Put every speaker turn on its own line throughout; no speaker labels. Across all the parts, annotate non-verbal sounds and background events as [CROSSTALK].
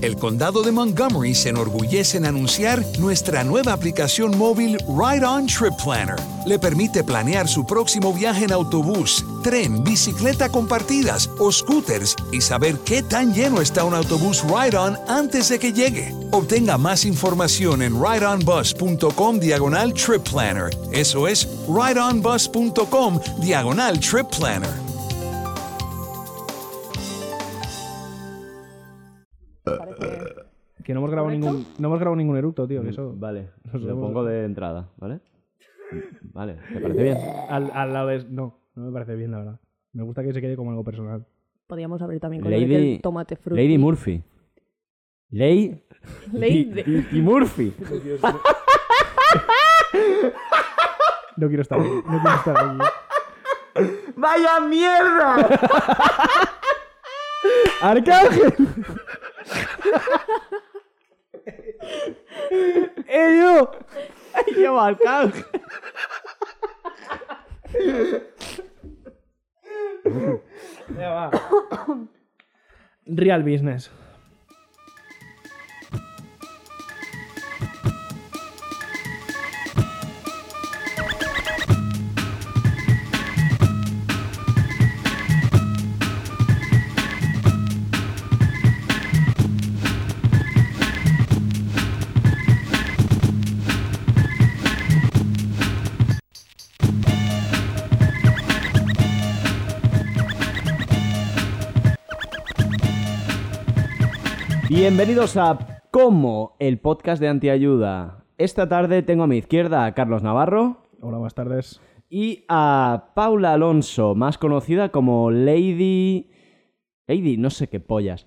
el condado de Montgomery se enorgullece en anunciar nuestra nueva aplicación móvil Ride On Trip Planner. Le permite planear su próximo viaje en autobús, tren, bicicleta compartidas o scooters y saber qué tan lleno está un autobús Ride On antes de que llegue. Obtenga más información en rideonbus.com diagonal trip planner. Eso es rideonbus.com diagonal trip planner.
Que no hemos grabado ningún, no hemos grabado ningún eructo, tío. Que eso,
Mm, Vale,
Nos
lo
vemos.
pongo de entrada,
[LAUGHS]
¿vale? Vale, ¿te parece bien?
al, al lado de... No, no me parece bien, la verdad. Me gusta que se quede como algo personal.
Podríamos abrir también con el
Lady,
del tomate frutti.
Lady Murphy.
[LAUGHS]
Lady...
Lady-
Y
[LAUGHS]
Murphy.
No quiero estar aquí. No quiero estar aquí.
¡Vaya mierda! [LAUGHS] ¡Arcángel! [LAUGHS] ¡Eh, yo! ¡Llevo Arcángel!
Real business.
Bienvenidos a Como, el podcast de Antiayuda. Esta tarde tengo a mi izquierda a Carlos Navarro
Hola, buenas tardes.
y a Paula Alonso, más conocida como Lady... Lady, no sé qué pollas.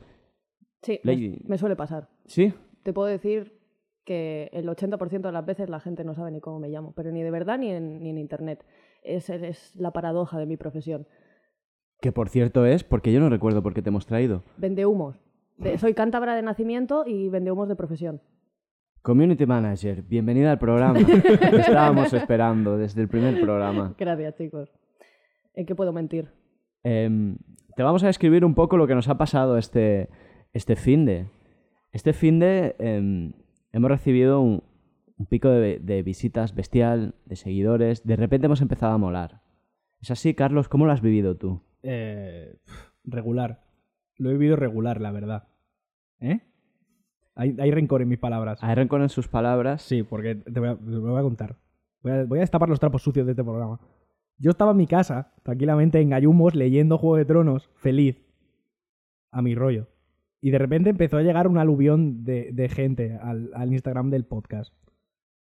Sí,
Lady.
me- me suele pasar.
¿Sí?
Te puedo decir que el 80% de las veces la gente no sabe ni cómo me llamo, pero ni de verdad ni en, ni en internet. Es, es la paradoja de mi profesión.
Que por cierto es, porque yo no recuerdo por qué te hemos traído.
Vende humos. soy cántabra de nacimiento y vende humos de profesión.
Community Manager, bienvenida al programa. Te estábamos esperando desde el primer programa.
Gracias, chicos. ¿En qué puedo mentir?
Em, te vamos a describir un poco lo que nos ha pasado este, este fin de. Este fin de em, hemos recibido un, un pico de, de visitas bestial, de seguidores. De repente hemos empezado a molar. ¿Es así, Carlos? ¿Cómo lo has vivido tú?
Eh, pf, regular. Lo he vivido regular, la verdad. ¿Eh? Hay, hay rencor en mis palabras.
A con sus palabras.
Sí, porque te voy a, te lo voy a contar. Voy a, voy a destapar los trapos sucios de este programa. Yo estaba en mi casa, tranquilamente, en Gallumos, leyendo Juego de Tronos, feliz. A mi rollo. Y de repente empezó a llegar un aluvión de, de gente al, al Instagram del podcast.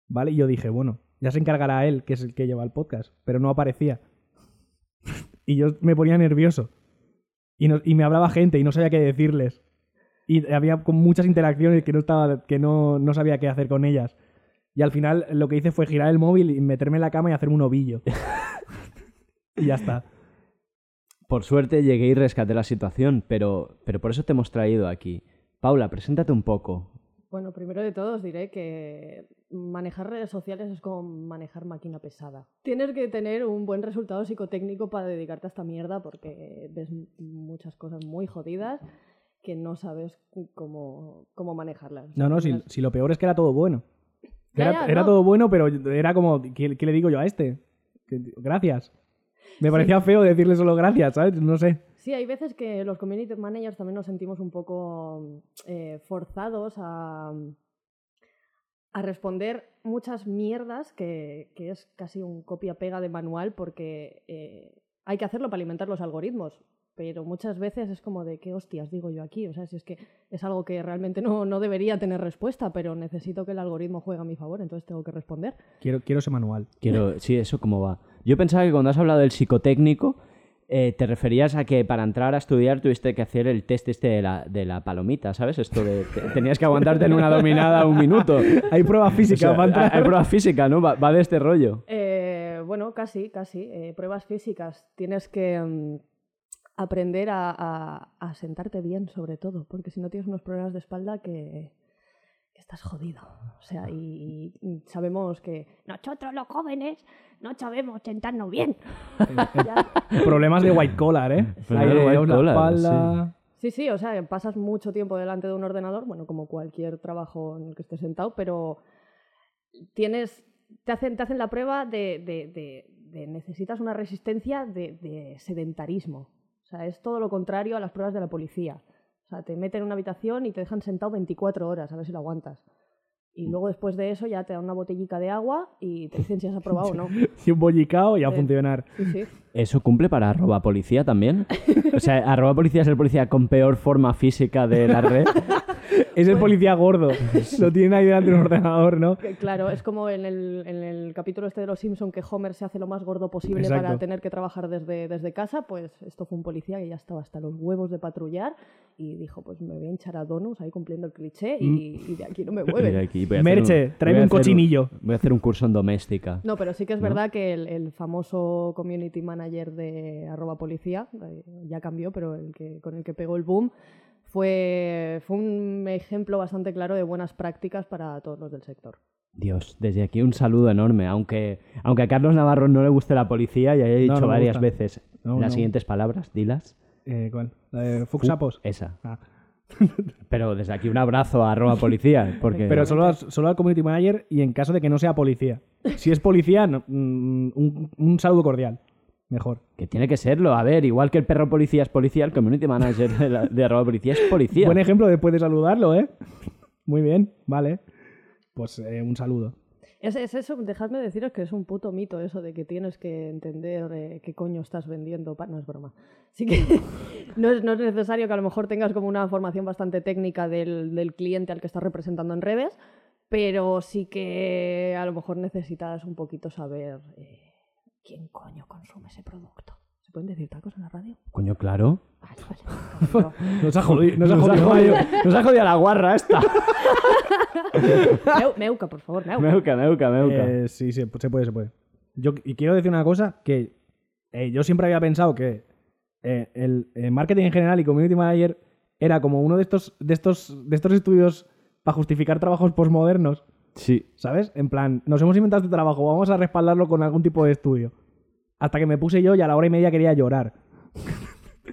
¿Vale? Y yo dije, bueno, ya se encargará él, que es el que lleva el podcast. Pero no aparecía. [LAUGHS] y yo me ponía nervioso. Y, no- y me hablaba gente y no sabía qué decirles. Y había con muchas interacciones que no estaba, que no, no sabía qué hacer con ellas. Y al final lo que hice fue girar el móvil y meterme en la cama y hacerme un
[LAUGHS]
ovillo. y ya está.
Por suerte llegué y rescaté la situación, pero, pero por eso te hemos traído aquí. Paula, preséntate un poco.
Bueno, primero de todo os diré que manejar redes sociales es como manejar máquina pesada. Tienes que tener un buen resultado psicotécnico para dedicarte a esta mierda porque ves m- muchas cosas muy jodidas que no sabes cómo, cómo manejarlas.
No, no, si, si lo peor es que era todo bueno. Que
Ya,
Era,
ya,
era
no.
todo bueno, pero era como, ¿qué, qué le digo yo a este? Que- Gracias. Me parecía feo decirle solo gracias, ¿sabes? No sé.
Sí, hay veces que los community managers también nos sentimos un poco eh, forzados a, a responder muchas mierdas que, que es casi un copia-pega de manual porque eh, hay que hacerlo para alimentar los algoritmos. Pero muchas veces es como de qué hostias digo yo aquí. O sea, si es que es algo que realmente no, no debería tener respuesta, pero necesito que el algoritmo juegue a mi favor, entonces tengo que responder.
Quiero, quiero ese manual.
Quiero, sí, eso cómo va. Yo pensaba que cuando has hablado del psicotécnico, eh, te referías a que para entrar a estudiar tuviste que hacer el test este de la, de la palomita, ¿sabes? Esto de te- tenías que aguantarte en una dominada un minuto.
[LAUGHS] Hay prueba
[LAUGHS] O
[LAUGHS]
sea,
física. para entrar.
hay prueba física, ¿no? Va, va de este rollo.
Eh, bueno, casi, casi. Eh, pruebas físicas. Tienes que mm, aprender a, a- a sentarte bien, sobre todo, porque si no tienes unos problemas de espalda que que estás jodido. O sea, y, y sabemos que nosotros los jóvenes no sabemos sentarnos bien. Ya,
[LAUGHS] Problemas de white collar, ¿eh?
Problemas de
Ahí,
white
la
collar,
espalda.
Sí, sí, o sea, pasas mucho tiempo delante de un ordenador, bueno, como cualquier trabajo en el que estés sentado, pero tienes, te hacen, te hacen la prueba de, de- de- de necesitas una resistencia de, de sedentarismo. O sea, es todo lo contrario a las pruebas de la policía. O sea, te meten en una habitación y te dejan sentado 24 horas, a ver si lo aguantas. Y luego después de eso ya te dan una botellica de agua y te dicen si has aprobado o no.
Y un bollicao y a
Eh.
funcionar.
Sí, sí.
¿Eso cumple para arroba policía
[LAUGHS]
también? O sea, arroba policía es el policía con peor forma física de la red.
Es el policía
[LAUGHS]
gordo. Lo tienen ahí delante de un ordenador, ¿no?
Que, Eh, Claro, es como en el, en el capítulo este de Los Simpson que Homer se hace lo más gordo posible para
Exacto.
tener que trabajar desde, desde casa, pues esto fue un policía que ya estaba hasta los huevos de patrullar y dijo, pues me voy a hinchar a Donuts ahí cumpliendo el cliché y, Mm. [LAUGHS] y de aquí no me
Mira
mueven.
aquí, voy a hacer
Merche, tráeme
voy a
un
hacer
cochinillo.
voy a hacer un curso en doméstica.
No, pero sí que es verdad que el, el famoso community manager de arroba policía, eh, ya cambió, pero el que, con el que pegó el boom, fue, fue un ejemplo bastante claro de buenas prácticas para todos los del sector.
Dios, desde aquí un saludo enorme. Aunque, aunque a Carlos Navarro no le guste la policía, ya he dicho
No, no me
varias
gusta.
veces
No, no me
las siguientes palabras, dilas.
Eh, ¿Cuál? La de Fox Sapos.
Esa.
Ah.
Pero desde aquí un abrazo a
[LAUGHS]
arroba policía, porque
Pero solo, al- solo al community manager y en caso de que no sea policía. Si es policía, no, mm, un, un saludo cordial. Mejor.
que tiene que serlo. A ver, igual que el perro policía es policía, el community manager de, la- de arroba
[LAUGHS]
policía es policía.
Buen ejemplo después de saludarlo, ¿eh? Muy bien, vale. Pues eh, un saludo.
Es, es eso, dejadme deciros que es un puto mito eso de que tienes que entender eh, qué coño estás vendiendo. pa- No es broma. Así que [LAUGHS] no, es, no es necesario que a lo mejor tengas como una formación bastante técnica del, del cliente al que estás representando en redes, pero sí que a lo mejor necesitas un poquito saber eh, quién coño consume ese producto. ¿Se pueden decir tacos en la radio?
Coño, claro.
Vale, vale.
[LAUGHS]
por favor.
Nos ha jodido. Nos ha
Nos ha
jodido.
jodido,
[LAUGHS]
nos ha jodido la guarra esta.
Meu- meuca, por favor, meuca.
Meuca, meuca, meuca.
Eh, sí, sí, se puede, se puede. Yo, y quiero decir una cosa que eh, yo siempre había pensado que eh, el, eh, marketing en general y community manager era como uno de estos, de estos, de estos estudios para justificar trabajos posmodernos,
sí.
¿sabes? En plan, nos hemos inventado este trabajo, vamos a respaldarlo con algún tipo de estudio. Hasta que me puse yo y a la hora y media quería llorar.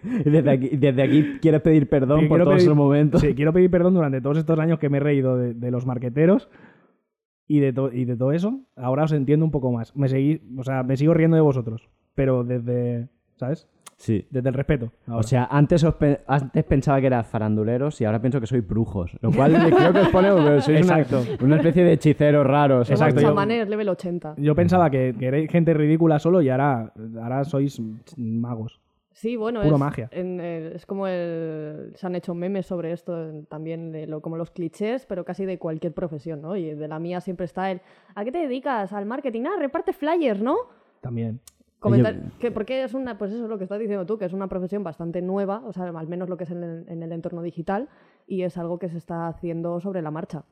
Desde aquí, desde aquí quieres pedir perdón
Que
por
quiero
todos
pedir-
esos momentos.
Sí, quiero pedir perdón durante todos estos años que me he reído de, de los marqueteros y de, to- y de todo eso. Ahora os entiendo un poco más. Me seguí, o sea, me sigo riendo de vosotros, pero desde, ¿sabes?
Sí.
Desde el respeto.
O sea, antes, os pe- antes pensaba que eran faranduleros y ahora pienso que sois brujos. Lo cual creo que os pone que sois una,
Exacto.
una especie de hechiceros raros.
Somos
Exacto, yo-
chamanes level 80.
mm.
yo pensaba que, que erais gente ridícula solo y ahora, ahora sois magos.
Sí, bueno,
Puro
es,
magia.
en el- es como el- se han hecho memes sobre esto en- también, de lo, como los clichés, pero casi de cualquier profesión, ¿no? Y de la mía siempre está el, ¿a qué te dedicas? Al marketing, ah, reparte flyers, ¿no?
También.
Comentar, que porque es una, pues eso es lo que estás diciendo tú, que es una profesión bastante nueva, o sea, al menos lo que es en el, en el entorno digital, y es algo que se está haciendo sobre la marcha.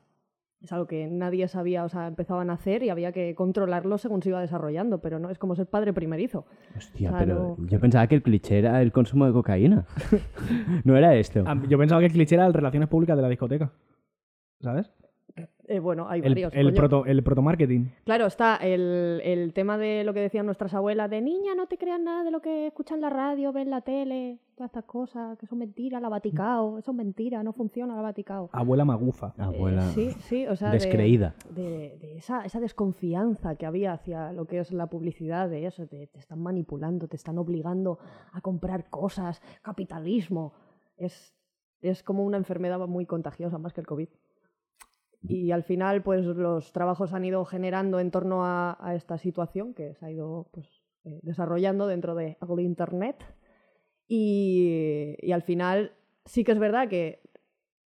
Es algo que nadie sabía, o sea, empezaban a hacer y había que controlarlo según se iba desarrollando, pero no es como ser padre primerizo.
Hostia,
Ah,
pero
no.
yo pensaba que el cliché era el consumo de cocaína. [LAUGHS] no era esto.
A- Yo pensaba que el cliché era el relaciones públicas de la discoteca. ¿Sabes?
Eh, bueno, hay
El,
varios.
el,
coño.
proto, el protomarketing.
Claro, está el, el tema de lo que decían nuestras abuelas, de niña, no te creas nada de lo que escuchas en la radio, ves en la tele, todas estas cosas, que son mentiras, la
Mm.
Vaticao, eso es mentira, no funciona la Vaticao.
Abuela magufa.
Eh,
Ah, Abuela.
sí, sí, o sea, de-
descreída.
De, de esa, esa desconfianza que había hacia lo que es la publicidad, de eso, de- te están manipulando, te están obligando a comprar cosas, capitalismo. Es, es como una enfermedad muy contagiosa, más que el COVID. Y al final, pues los trabajos han ido generando en torno a, a esta situación que se ha ido pues, eh, desarrollando dentro de Google Internet. Y, y al final, sí que es verdad que,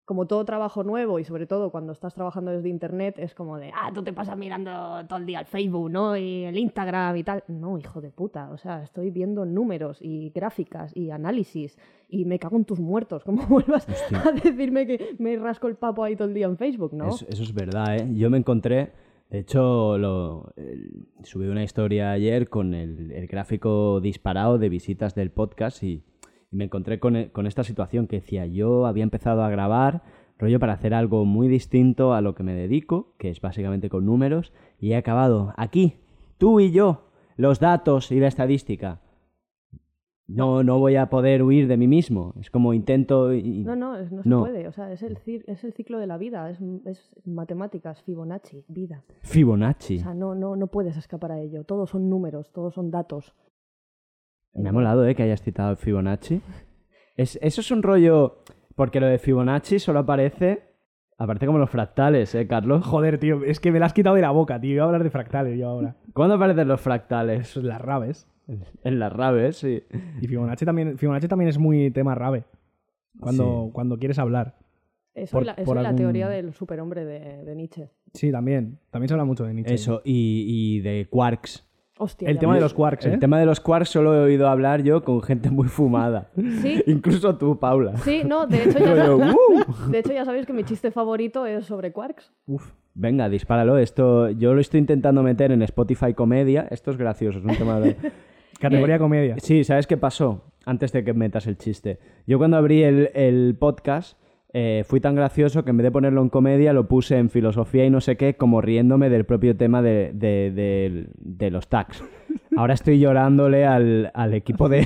como todo trabajo nuevo y sobre todo cuando estás trabajando desde Internet, es como de, ah, tú te pasas mirando todo el día el Facebook, ¿no? Y el Instagram y tal. No, hijo de puta. O sea, estoy viendo números y gráficas y análisis y me cago en tus muertos. [LAUGHS] ¿Cómo vuelvas a decirme que me rasco el papo ahí todo el día en Facebook, no?
Eso, eso es verdad, ¿eh? Yo me encontré, de hecho, lo, el- subí una historia ayer con el, el gráfico disparado de visitas del podcast y, y me encontré con, e- con esta situación que decía, yo había empezado a grabar rollo para hacer algo muy distinto a lo que me dedico, que es básicamente con números, y he acabado aquí, tú y yo, los datos y la estadística. No, no voy a poder huir de mí mismo. Es como intento. y-
No, no, es- no se
No.
puede. O sea, es el, cir- es el ciclo de la vida, es, es matemáticas, Fibonacci, vida.
Fibonacci.
O sea, no, no, no puedes escapar a ello. Todos son números, todos son datos.
Me ha molado eh, que hayas citado el Fibonacci. Es, eso es un rollo. Porque lo de Fibonacci solo aparece. Aparece como los fractales, ¿eh, Carlos?
Joder, tío, es que me la has quitado de la boca, tío. Iba a hablar de fractales yo
[LAUGHS]
ahora.
¿Cuándo aparecen los fractales?
Eso es las rabes.
En las raves, sí.
Y Fibonacci también, Fibonacci también es muy tema rave. Cuando, cuando quieres hablar.
Eso es
Por-
la, eso
por
y la
algún-
teoría del superhombre de, de Nietzsche.
Sí, también. También se habla mucho de Nietzsche.
Eso, y, y de quarks.
Hostia.
El
ya
tema de
ves.
los quarks, ¿eh?
El tema de los quarks solo he oído hablar yo con gente muy fumada.
Sí.
[LAUGHS] Incluso tú, Paula.
Sí, no,
[LAUGHS]
de hecho, ya,
Rollo,
[LAUGHS]
"Uh".
de hecho ya sabéis que mi chiste favorito es sobre quarks.
Uf.
Venga, dispáralo. Esto yo lo estoy intentando meter en Spotify Comedia. Esto es gracioso, es un tema [LAUGHS] de...
Categoría comedia.
Sí, ¿sabes qué pasó? Antes de que metas el chiste. Yo cuando abrí el, el podcast eh, fui tan gracioso que en vez de ponerlo en comedia lo puse en filosofía y no sé qué, como riéndome del propio tema de, de- de- de los tags. Ahora estoy llorándole al, al equipo de...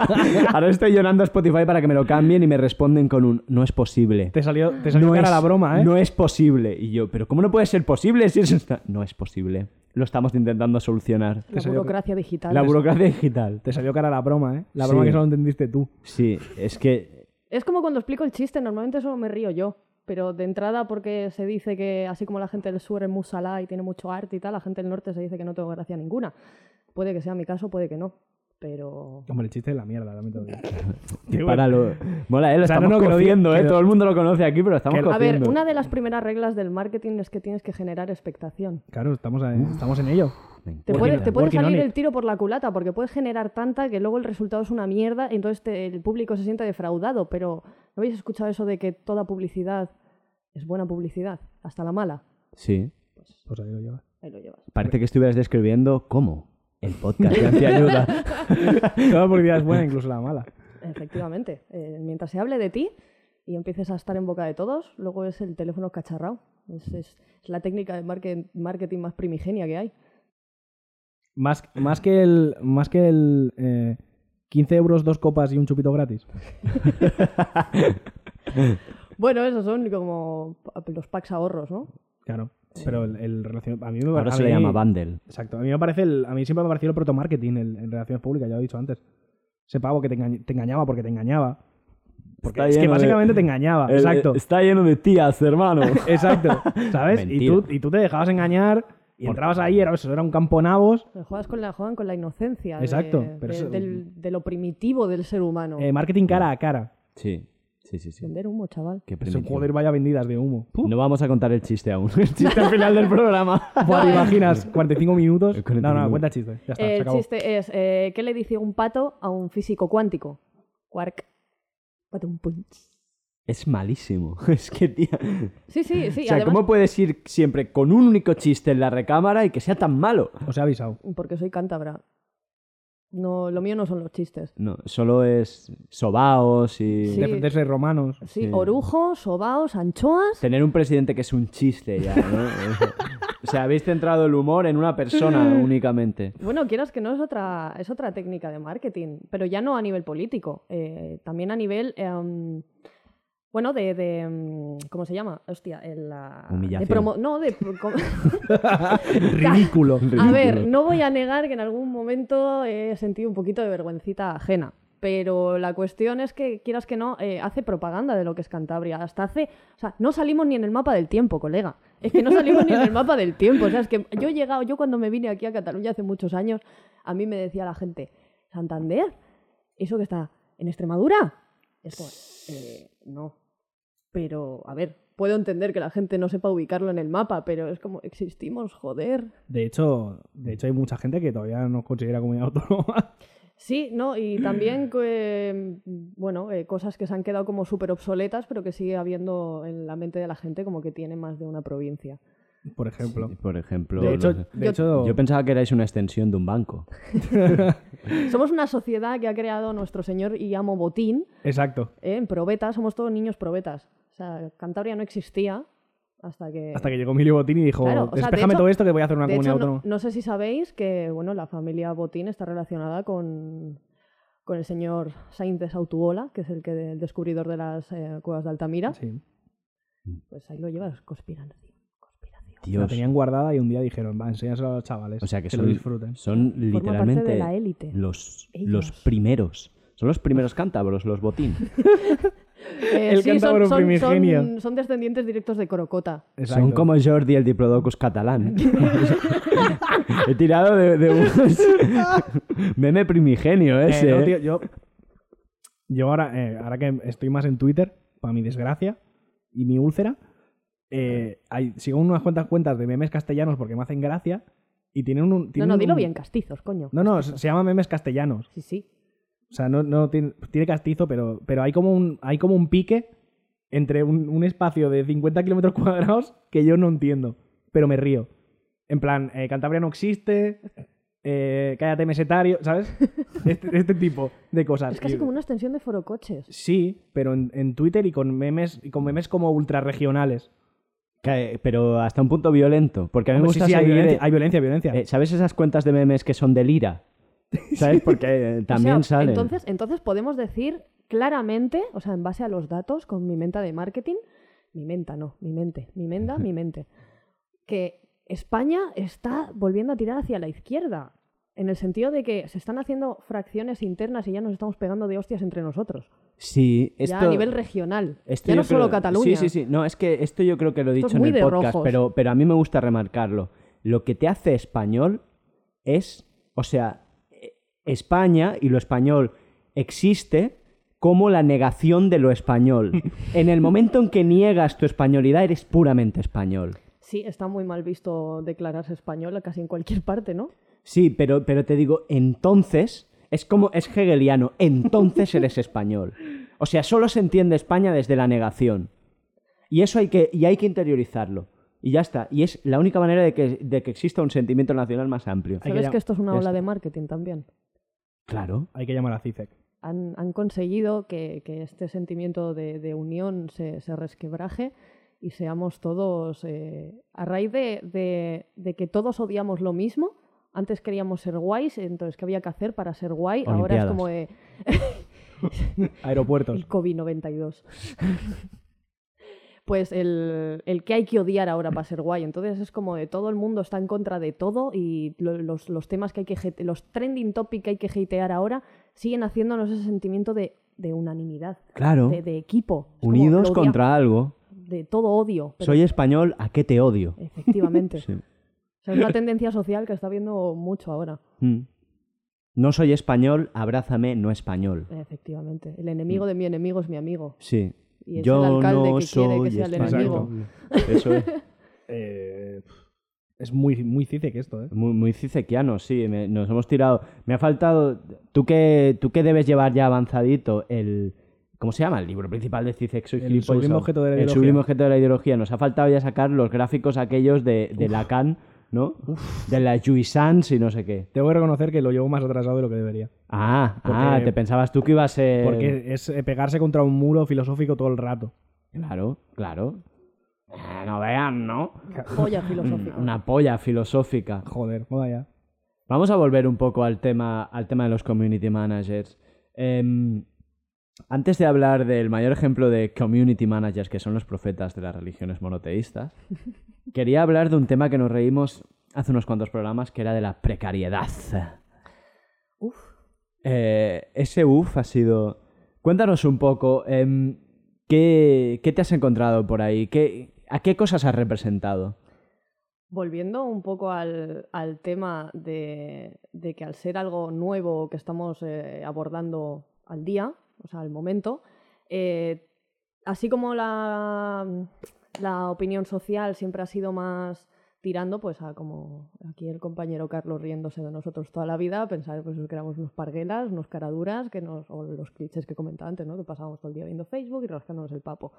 [LAUGHS] Ahora estoy llorando a Spotify para que me lo cambien y me responden con un no es posible.
Te salió, te salió cara la broma, ¿eh?
No es posible. Y yo, pero ¿cómo no puede ser posible? Si es... No es posible. Lo estamos intentando solucionar.
La
salió-
burocracia digital.
La burocracia digital.
Te salió cara la broma, ¿eh? La broma
Sí.
que solo entendiste tú.
Sí, es que
Es como cuando explico el chiste, normalmente solo me río yo. Pero de entrada, porque se dice que así como la gente del sur es muy salada y tiene mucho arte y tal, la gente del norte se dice que no tengo gracia ninguna. Puede que sea mi caso, puede que no. Pero.
Hombre, el chiste es la mierda, también te
[LAUGHS]
lo digo. Qué
para lo... Mola, eh, lo
O sea, no,
estamos
no, que lo
cociendo,
diga-
eh.
que lo-
Todo el mundo lo conoce aquí, pero lo estamos
que lo-
A ver,
cociendo.
una de las primeras reglas del marketing es que tienes que generar expectación.
Claro, estamos, a- estamos en ello.
Te
Pues
Working
puede,
on
te
it.
puede
Working on
salir
it.
el tiro por la culata porque puedes generar tanta que luego el resultado es una mierda y entonces te- el público se siente defraudado. Pero ¿no habéis escuchado eso de que toda publicidad es buena publicidad, hasta la mala?
Sí.
Pues ahí lo llevas.
[LAUGHS]
Ahí lo llevas.
Parece que estuvieras describiendo cómo el
[LAUGHS]
podcast de Antiayuda.
Toda publicidad es buena, incluso la mala.
Efectivamente. Eh, mientras se hable de ti y empieces a estar en boca de todos, luego es el teléfono cacharrao. Es, es- es la técnica de marque- marketing más primigenia que hay.
Más,
[LAUGHS]
más que el, más que el eh, 15 euros, dos copas y un chupito gratis.
Bueno, esos son como pa- los packs ahorros, ¿no?
Claro. Pero el, el relacion- a mí me
Ahora
a
se le
mí-
llama bundle.
Exacto. A mí me parece el, a mí siempre me ha parecido el protomarketing el- en relaciones públicas, ya lo he dicho antes. Ese pavo que te, engañ- te engañaba porque te engañaba. Porque
Está
es que
lleno de-
básicamente
[LAUGHS]
te engañaba.
El- eh,
exacto.
Está lleno de tías,
[LAUGHS]
hermano.
Exacto. ¿Sabes? Y
Mentira.
tú, y tú te dejabas engañar y entrabas ahí, era eso, era un campo nabos.
Pero Juegas con la, juegan con la inocencia de-
Exacto,
de,
pero eso-
del- de lo primitivo del ser humano.
Eh, marketing cara a cara.
Sí, sí, sí. sí.
Vender humo, chaval.
Qué
Eso,
primitivo.
joder, vaya vendidas de humo. Puh.
No vamos a contar el chiste aún. [LAUGHS] El chiste al final del programa. [LAUGHS]
Buah, ¿te imaginas? 45 minutos.
45
No, no,
minutos.
cuenta el chiste. Ya está, se
el
acabó.
chiste es, eh, ¿qué le dice un pato a un físico cuántico? Quark. Patum punch.
Es malísimo. [LAUGHS] Es que, tía.
Sí, sí, sí.
o sea,
además,
¿cómo puedes ir siempre con un único chiste en la recámara y que sea tan malo?
Os he avisado.
Porque soy cántabra. No, lo mío no son los chistes.
No, solo es sobaos y.
Sí.
Defenderse romanos.
Sí,
Sí.
orujos, sobaos, anchoas.
Tener un presidente que es un chiste ya, ¿no? [LAUGHS] o sea, habéis centrado el humor en una persona
Mm.
únicamente.
Bueno, quieras que no es otra, es otra técnica de marketing, pero ya no a nivel político, eh, también a nivel, em, bueno, de, de, em, ¿cómo se llama? Hostia, el, la- de
Humillación.
promo- no, de... pro- [LAUGHS] com-
[LAUGHS]
Ridículo.
A ver, no voy a negar que en algún momento he sentido un poquito de vergüencita ajena. Pero la cuestión es que, quieras que no, eh, hace propaganda de lo que es Cantabria. Hasta hace. O sea, no salimos ni en el mapa del tiempo, colega. Es que no salimos ni en el mapa del tiempo. O sea, es que yo he llegado, yo cuando me vine aquí a Cataluña hace muchos años, a mí me decía la gente: ¿Santander? ¿Eso que está en Extremadura? Es como, eh, no. Pero, a ver, puedo entender que la gente no sepa ubicarlo en el mapa, pero es como, existimos, joder.
De hecho, de hecho, hay mucha gente que todavía no considera comunidad autónoma. [LAUGHS]
Sí, no, y
[CLEARS THROAT]
también que, bueno, eh, cosas que se han quedado como súper obsoletas, pero que sigue habiendo en la mente de la gente como que tiene más de una provincia.
Por ejemplo.
Por ejemplo,
De
no
hecho,
sé.
de
Yo-
hecho
yo pensaba que erais una extensión de un banco.
Somos una sociedad que ha creado nuestro señor y amo Botín
exacto.
¿eh? en probetas, somos todos niños probetas. O sea, Cantabria no existía hasta que...
Hasta que llegó Emilio Botín y dijo,
Eh, Claro, o sea, de
despéjame
hecho-
todo esto que voy a hacer una
de
comunidad
hecho, no,
autónoma.
no sé si sabéis que, bueno, la familia Botín está relacionada con... con el señor Sainz de Sautuola, que es el, que, el descubridor de las eh, cuevas de Altamira.
Sí.
Pues ahí lo llevas, conspiración. conspiración.
La
Dios.
tenían guardada y un día dijeron, va, enséñaselo a los chavales.
O sea que,
que
son,
lo disfruten.
son
Forma parte de
literalmente
la élite.
los,
Ellos.
los primeros. Son los primeros cántabros, los botín.
Eh,
El
sí, son-
cántabro
son,
primigenio.
son- son descendientes directos de Corocota.
Son
Exacto.
como Jordi el
[LAUGHS]
Diplodocus catalán. He tirado de,
[LAUGHS]
de un meme primigenio
Eh,
ese.
no,
¿eh?
tío, yo, yo ahora, eh, ahora que estoy más en Twitter, para mi desgracia y mi úlcera, eh, hay, sigo unas cuantas cuentas de memes castellanos porque me hacen gracia y tienen un...
No,
tienen
no, dilo
un-
bien, castizos, coño.
No, no, se se llama memes castellanos.
Sí, sí.
O sea, no, no tiene, tiene castizo, pero, pero hay, como un, hay como un pique entre un, un espacio de 50 kilómetros cuadrados que yo no entiendo, pero me río. En plan, eh, Cantabria no existe, eh, cállate mesetario,
[LAUGHS]
¿sabes? Este, este tipo de cosas.
Es casi
Y-
como una extensión de forocoches.
Sí, pero en, en Twitter y con memes y con memes como ultrarregionales.
Que- Pero hasta un punto violento. Porque a mí me
Hombre,
gusta
sí, sí, hay
seguir,
violencia,
eh,
hay violencia, violencia.
eh, ¿Sabes esas cuentas de memes que son de lira?
[LAUGHS]
¿Sabes? Porque eh,
O sea,
también salen.
Entonces, entonces podemos decir claramente, o sea, en base a los datos, con mi menta de marketing, mi menta, no, mi mente, mi menda,
[LAUGHS]
mi mente, que España está volviendo a tirar hacia la izquierda, en el sentido de que se están haciendo fracciones internas y ya nos estamos pegando de hostias entre nosotros,
sí, esto,
ya a nivel regional,
esto
ya
yo
no solo
creo-
Cataluña.
Sí, sí, sí. No, es que esto yo creo que lo he
Esto es
dicho en
muy
el
de
podcast,
rojos.
pero, pero a mí me gusta remarcarlo. Lo que te hace español es, o sea, eh, España y lo español existe como la negación de
[LAUGHS]
lo español. en el momento en que niegas tu españolidad, eres puramente español.
Sí, está muy mal visto declararse español casi en cualquier parte, ¿no?
Sí, pero, pero te digo, entonces, es como, es hegeliano, entonces eres español. O sea, solo se entiende España desde la negación. Y eso hay que, y hay que interiorizarlo. Y ya está. Y es la única manera de que, de que exista un sentimiento nacional más amplio.
Hay que
Sabes
llam-
que esto es una
ya
ola
está.
de marketing también.
Claro.
Hay que llamar a CICEC.
han, han conseguido que, que este sentimiento de, de unión se, se resquebraje y seamos todos, eh, a raíz de, de- de que todos odiamos lo mismo, antes queríamos ser guays, entonces ¿qué había que hacer para ser guay? Ahora es
Olimpiadas.
como de
Aeropuertos.
el COVID-92. [LAUGHS] pues el, el que hay que odiar ahora para ser guay. Entonces es como de todo el mundo está en contra de todo y lo- los, los temas que hay que hate- los trending topic que hay que hatear ahora siguen haciéndonos ese sentimiento de, de unanimidad,
Claro.
de, de equipo. Es como,
Unidos
lo odia-
contra algo.
De todo odio. pero
Soy español, ¿a qué te odio?
Efectivamente.
[LAUGHS] Sí.
O sea, es una tendencia social que está viendo mucho ahora.
Mm. No soy español, abrázame, no español.
Efectivamente. El enemigo de mi enemigo es mi amigo.
Sí.
Y es
Yo
el alcalde
no
que quiere
soy
que sea el
español.
enemigo.
Eso es.
Eh, es muy, muy CICEC esto, ¿eh?
Muy, muy cicequiano, sí. me- nos hemos tirado. Me ha faltado. ¿Tú que tú que debes llevar ya avanzadito el. ¿Cómo se llama? El libro principal de Cicec. Soy
El
gilipollas.
sublime objeto de la
El
ideología.
sublime objeto de la ideología. Nos ha faltado ya sacar los gráficos aquellos de, de Lacan, ¿no? De la Jouissance y no sé qué.
Tengo que reconocer que lo llevo más atrasado de lo que debería.
Ah, ah,
Porque-
te pensabas tú que iba a ser.
Porque es eh, pegarse contra un muro filosófico todo el rato.
Claro, claro. Ah, No vean, ¿no?
Joya filosófica.
Una polla filosófica.
Joder, joda ya.
Vamos a volver un poco al tema, al tema de los community managers. Em, antes de hablar del mayor ejemplo de community managers, que son los profetas de las religiones monoteístas, [LAUGHS] quería hablar de un tema que nos reímos hace unos cuantos programas, que era de la precariedad.
Uf.
Eh, ese uf ha sido... Cuéntanos un poco, em, ¿qué, qué te has encontrado por ahí? ¿Qué, ¿A qué cosas has representado?
Volviendo un poco al, al tema de, de que al ser algo nuevo que estamos eh, abordando al día, o sea, al momento, eh, así como la, la opinión social siempre ha sido más tirando, pues a como aquí el compañero Carlos riéndose de nosotros toda la vida, a pensar pues, que éramos unos parguelas, unos caraduras, que nos, o los clichés que comentaba antes, ¿no? que pasábamos todo el día viendo Facebook y rascándonos el papo.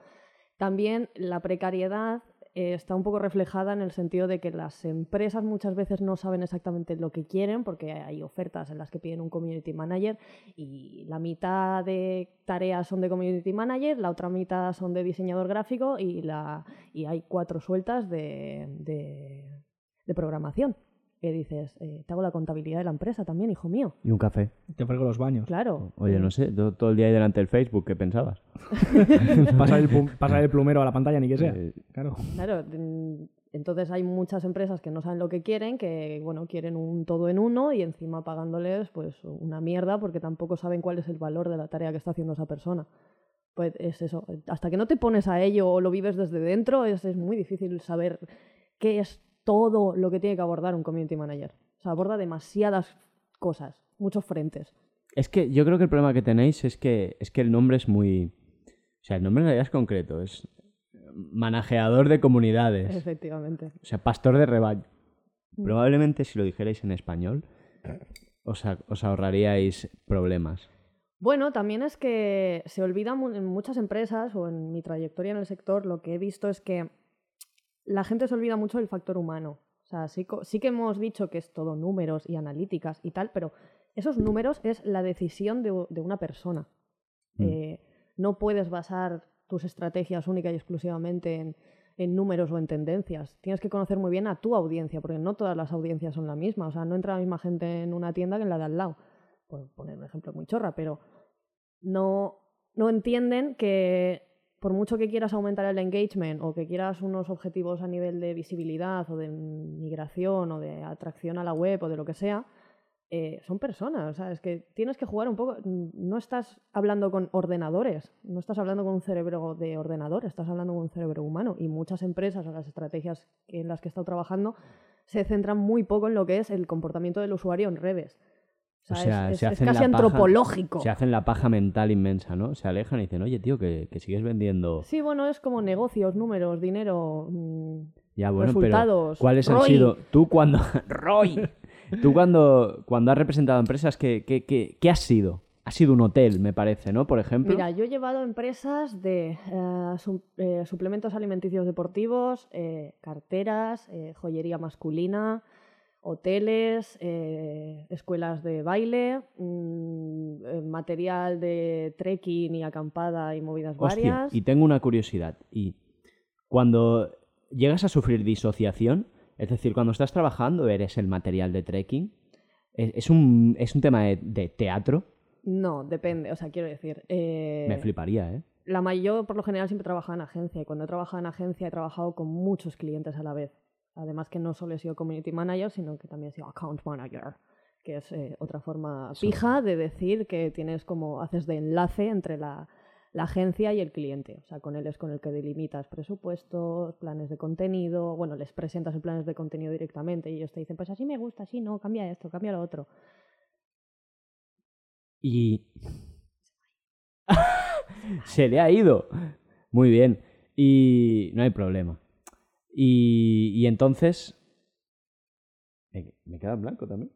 También la precariedad eh, está un poco reflejada en el sentido de que las empresas muchas veces no saben exactamente lo que quieren porque hay ofertas en las que piden un community manager y la mitad de tareas son de community manager, la otra mitad son de diseñador gráfico y, la, y hay cuatro sueltas de, de- de programación. que dices, eh, te hago la contabilidad de la empresa también, hijo mío.
Y un café.
Te frego los baños.
Claro.
Oye, no sé, yo todo el día ahí delante del Facebook, ¿qué pensabas?
[LAUGHS] Pasar el, pum- pasar el plumero a la pantalla, ni que sea.
Eh,
Claro.
Claro, mm, entonces hay muchas empresas que no saben lo que quieren, que bueno, quieren un todo en uno y encima pagándoles pues una mierda porque tampoco saben cuál es el valor de la tarea que está haciendo esa persona. Pues es eso, hasta que no te pones a ello o lo vives desde dentro, es, es muy difícil saber qué es todo lo que tiene que abordar un community manager. O sea, aborda demasiadas cosas, muchos frentes.
Es que yo creo que el problema que tenéis es que, es que el nombre es muy... O sea, el nombre en realidad es concreto, es manajeador de comunidades.
Efectivamente.
O sea, pastor de rebaño.
Mm.
Probablemente si lo dijerais en español, os, a- os ahorraríais problemas.
Bueno, también es que se olvida mu- en muchas empresas o en mi trayectoria en el sector, lo que he visto es que la gente se olvida mucho del factor humano. O sea, sí, co- sí que hemos dicho que es todo números y analíticas y tal, pero esos números es la decisión de, u- de una persona.
Mm.
Eh, no puedes basar tus estrategias única y exclusivamente en, en números o en tendencias. Tienes que conocer muy bien a tu audiencia, porque no todas las audiencias son la misma. O sea, no entra la misma gente en una tienda que en la de al lado. Por poner un ejemplo muy chorra, pero no, no entienden que por mucho que quieras aumentar el engagement o que quieras unos objetivos a nivel de visibilidad o de migración o de atracción a la web o de lo que sea, eh, son personas. O sea, es que tienes que jugar un poco. No estás hablando con ordenadores, no estás hablando con un cerebro de ordenador, estás hablando con un cerebro humano. Y muchas empresas o las estrategias que- en las que he estado trabajando se centran muy poco en lo que es el comportamiento del usuario en redes.
O sea,
es,
se
es- es
hacen la
casi
paja-
antropológico.
Se hacen la paja mental inmensa, ¿no? Se alejan y dicen, oye, tío, que, que sigues vendiendo...
Sí, bueno, es como negocios, números, dinero. mm,
Ya, bueno,
Resultados.
pero ¿cuáles han
Roy.
sido? Tú
[LAUGHS]
cuando... ¡Roy! Tú cuando, cuando has representado empresas, ¿qué, qué, qué, qué has sido? Has sido un hotel, me parece, ¿no? Por ejemplo.
Mira, yo he llevado empresas de eh, su- eh, suplementos alimenticios deportivos, eh, carteras, eh, joyería masculina, hoteles, eh, escuelas de baile, mm, eh, material de trekking y acampada y movidas
Hostia,
varias.
y tengo una curiosidad. Y cuando llegas a sufrir disociación, es decir, cuando estás trabajando, eres el material de trekking. Es, es un, es un tema de, de teatro.
No, depende, o sea, quiero decir. eh,
Me fliparía, ¿eh?
la may- yo por lo general siempre he trabajado en agencia y cuando he trabajado en agencia he trabajado con muchos clientes a la vez. Además que no solo he sido community manager, sino que también he sido account manager, que es eh, otra forma
Eso.
fija de decir que tienes como haces de enlace entre la, la agencia y el cliente. O sea, con él es con el que delimitas presupuestos, planes de contenido, bueno, les presentas el planes de contenido directamente y ellos te dicen, pues así me gusta, así no, cambia esto, cambia lo otro.
Y. [LAUGHS] Se le ha ido. Muy bien. Y no hay problema. Y, y entonces. Me, me queda en blanco también.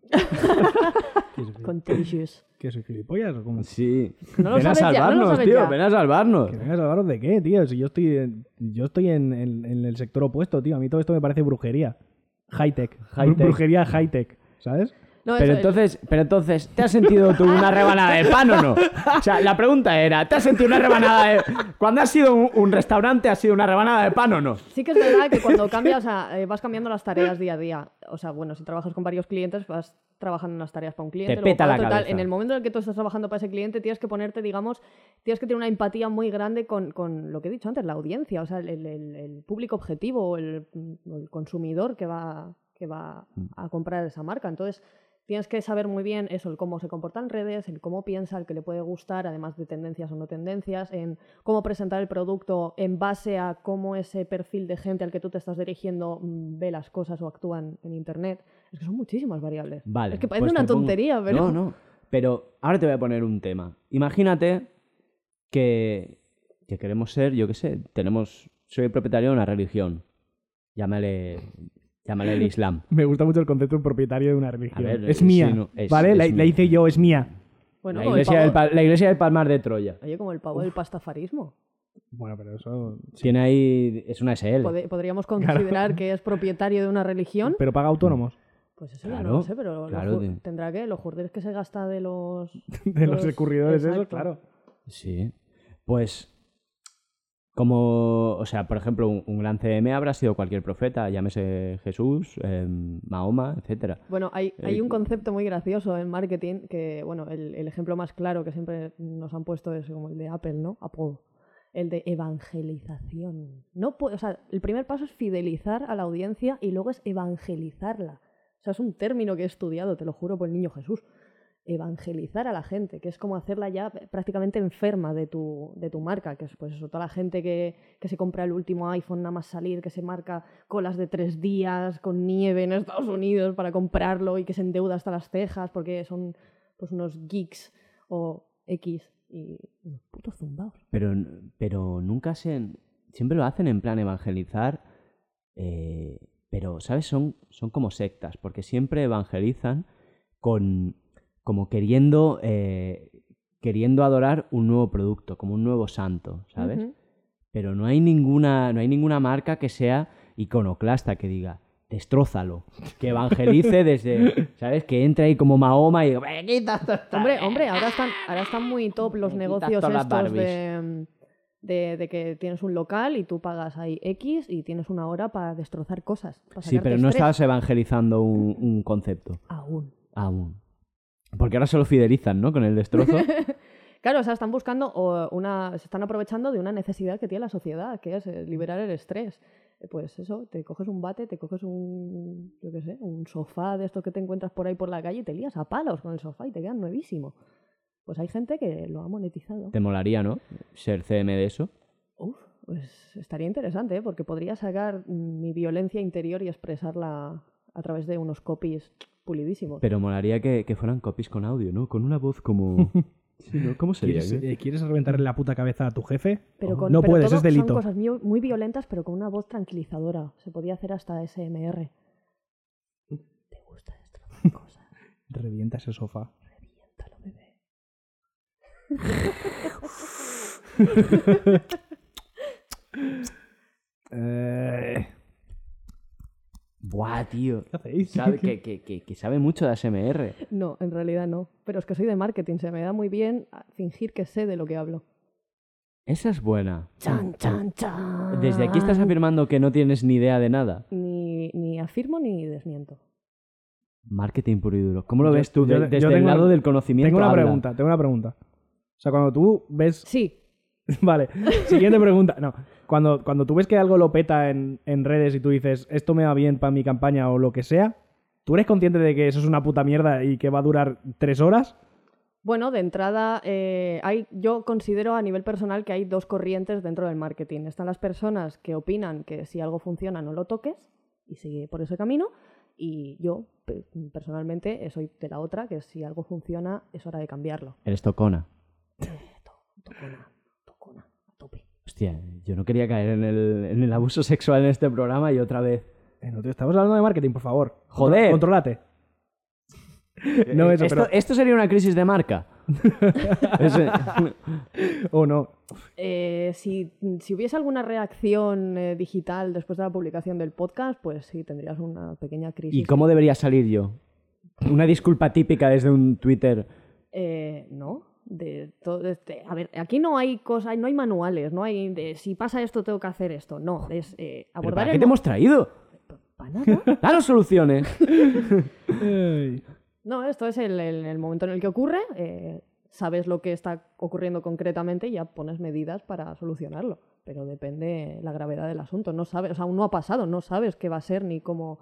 ¿Qué soy,
Con tissues.
¿Qué soy, gilipollas o cómo?
Sí.
No lo
ven a
sabes ya, no lo
salvarnos,
sabes
tío.
ya.
Ven a salvarnos.
[LAUGHS] ¿Que vengas a hablaros de qué, tío? Si yo estoy, en- yo estoy en, en- en el sector opuesto, tío. A mí todo esto me parece brujería. High-tech.
High-tech.
Bru- brujería high-tech, ¿sabes?
No,
Pero
eso es-
entonces, pero entonces, ¿te has sentido tú una rebanada de pan o no? O sea, la pregunta era, ¿te has sentido una rebanada de... Cuando has sido un, un restaurante, ¿has sido una rebanada de pan o no?
Sí que es verdad que
[LAUGHS]
cuando cambias, o sea, eh, vas cambiando las tareas día a día. O sea, bueno, si trabajas con varios clientes, vas trabajando unas tareas para un cliente.
Te
luego
peta
para
la
otro y tal.
cabeza.
En el momento en el que tú estás trabajando para ese cliente, tienes que ponerte, digamos, tienes que tener una empatía muy grande con, con lo que he dicho antes, la audiencia, o sea, el, el- el- el público objetivo o el, o el consumidor que va, que va
Mm.
a comprar esa marca. Entonces, tienes que saber muy bien eso, el cómo se comportan redes, el cómo piensa, el que le puede gustar, además de tendencias o no tendencias, en cómo presentar el producto en base a cómo ese perfil de gente al que tú te estás dirigiendo mm, ve las cosas o actúan en Internet. Es que son muchísimas variables.
Vale.
es que parece
pues
una
te pongo-
tontería, pero...
No, no. Pero ahora te voy a poner un tema. Imagínate que, que queremos ser, yo qué sé, tenemos... Soy el propietario de una religión. Llámale... Llámale el Islam.
Me gusta mucho el concepto de un propietario de una religión.
A ver,
es
sí,
mía,
no, es-
¿vale?
es
la,
mía.
la hice yo, es mía.
Bueno,
la,
como el
iglesia
pavo-
del, Pa- la iglesia del Palmar de Troya.
Oye, como el pavo del pastafarismo.
Bueno, pero eso...
Tiene ahí... Es una SL.
Pod- podríamos considerar que es propietario de una religión.
Pero paga autónomos [LAUGHS]
Pues eso ya no
Claro,
lo sé, pero lo
claro,
ju-
de-
tendrá que los jurdeles que se gasta de los...
de los
Los-
escurridores
exacto.
esos, claro.
Sí. Pues Como, o sea, por ejemplo, un, un gran CM habrá sido cualquier profeta, llámese Jesús, em, Mahoma, etcétera.
Bueno, hay,
Eh,
hay un concepto muy gracioso en marketing que, bueno, el, el ejemplo más claro que siempre nos han puesto es como el de Apple, ¿no? Apple. El de evangelización. No pu- o sea, el primer paso es fidelizar a la audiencia y luego es evangelizarla. O sea, es un término que he estudiado, te lo juro, por el niño Jesús. Evangelizar a la gente, que es como hacerla ya prácticamente enferma de tu, de tu marca, que es pues eso, toda la gente que, que se compra el último iPhone nada más salir, que se marca colas de tres días con nieve en Estados Unidos para comprarlo y que se endeuda hasta las cejas porque son pues unos geeks o X y unos putos zumbados.
Pero, pero nunca se. Siempre lo hacen en plan evangelizar. eh, pero, ¿sabes? Son, son como sectas, porque siempre evangelizan con. como queriendo. eh, queriendo adorar un nuevo producto, como un nuevo santo, ¿sabes?
Ujú.
Pero no hay ninguna. No hay ninguna marca que sea iconoclasta que diga. Destrózalo. Que evangelice desde. ¿Sabes? Que entre ahí como Mahoma y. "Me quitas toda esta
Hombre, hombre, ahora están, ahora están muy top los
Me quitas
negocios
todas las
estos
Barbies.
de, de, de que tienes un local y tú pagas ahí X y tienes una hora para destrozar cosas. para
Sí,
sacarte
pero no
estrés.
estabas evangelizando un, un concepto
Aún.
aún. Porque ahora se lo fidelizan, ¿no? Con el destrozo.
Claro, o sea, están buscando o una, se están aprovechando de una necesidad que tiene la sociedad, que es eh, liberar el estrés. Eh, Pues eso, te coges un bate, te coges un, yo qué sé, un sofá de estos que te encuentras por ahí por la calle y te lías a palos con el sofá y te quedan nuevísimo. Pues hay gente que lo ha monetizado.
Te molaría, ¿no? Ser CM de eso.
Uf, pues estaría interesante, ¿eh? porque podría sacar mm, mi violencia interior y expresarla a través de unos copies pulidísimos.
Pero molaría que, que fueran copies con audio, ¿no? Con una voz como... Sí, ¿no? ¿Cómo sería?
¿Quieres,
eh?
eh, quieres reventarle la puta cabeza a tu jefe?
Pero con-
no
pero
puedes,
todo
es delito.
Son cosas muy, muy violentas, pero con una voz tranquilizadora. Se podía hacer hasta SMR. ¿Te gusta destrozar cosas?
Revienta ese sofá.
Reviéntalo, bebé.
Eh,
Buah, tío.
¿Qué hacéis? [LAUGHS]
Sabe, que, que- que- que sabe mucho de ASMR.
No, en realidad no. Pero es que soy de marketing. Se me da muy bien a- fingir que sé de lo que hablo.
Esa es buena.
Chan, chan, chan.
Desde aquí
Ah.
estás afirmando que no tienes ni idea de nada.
Ah, Ni, ni afirmo ni desmiento.
Marketing puro y duro. ¿Cómo lo
Yo-
ves
yo-
tú de-
yo
desde el
tengo-
lado del conocimiento?
Tengo una
habla?
pregunta, tengo una pregunta. O sea, cuando tú ves
Sí,
Vale, siguiente pregunta. No, cuando, cuando tú ves que algo lo peta en, en redes y tú dices, esto me va bien para mi campaña o lo que sea, ¿tú eres consciente de que eso es una puta mierda y que va a durar tres horas?
Bueno, de entrada, eh, hay, yo considero a nivel personal que hay dos corrientes dentro del marketing. Están las personas que opinan que si algo funciona no lo toques y sigue por ese camino. Y yo pe- personalmente eh, soy de la otra, que si algo funciona es hora de cambiarlo.
Eres tocona.
Tocona, tocona, a tope.
Hostia, yo no quería caer en el, en el abuso [LAUGHS] sexual en este programa y otra vez.
Eh, no, tío, estamos hablando de marketing, por favor.
Joder. Eh,
Controlate. No, eso,
esto,
pero...
esto sería una crisis de
[LAUGHS]
marca. Ese-
O oh, no.
Eh, si, si hubiese alguna reacción eh, digital después de la publicación del podcast, pues sí, tendrías una pequeña crisis.
¿Y cómo debería salir yo? Una disculpa típica desde un Twitter.
Eh, no. De todo, este, a ver, aquí no hay cosas, no hay manuales, no hay de si pasa esto tengo que hacer esto. No, es eh,
¿Pero
abordar
¿Para qué
el
te
mo-
hemos traído?
Pa' nada.
[LAUGHS] Danos soluciones.
No, esto es el, el- el momento en el que ocurre, eh, sabes lo que está ocurriendo concretamente y ya pones medidas para solucionarlo. Pero depende la gravedad del asunto. No sabes, o sea, aún no ha pasado, no sabes qué va a ser ni cómo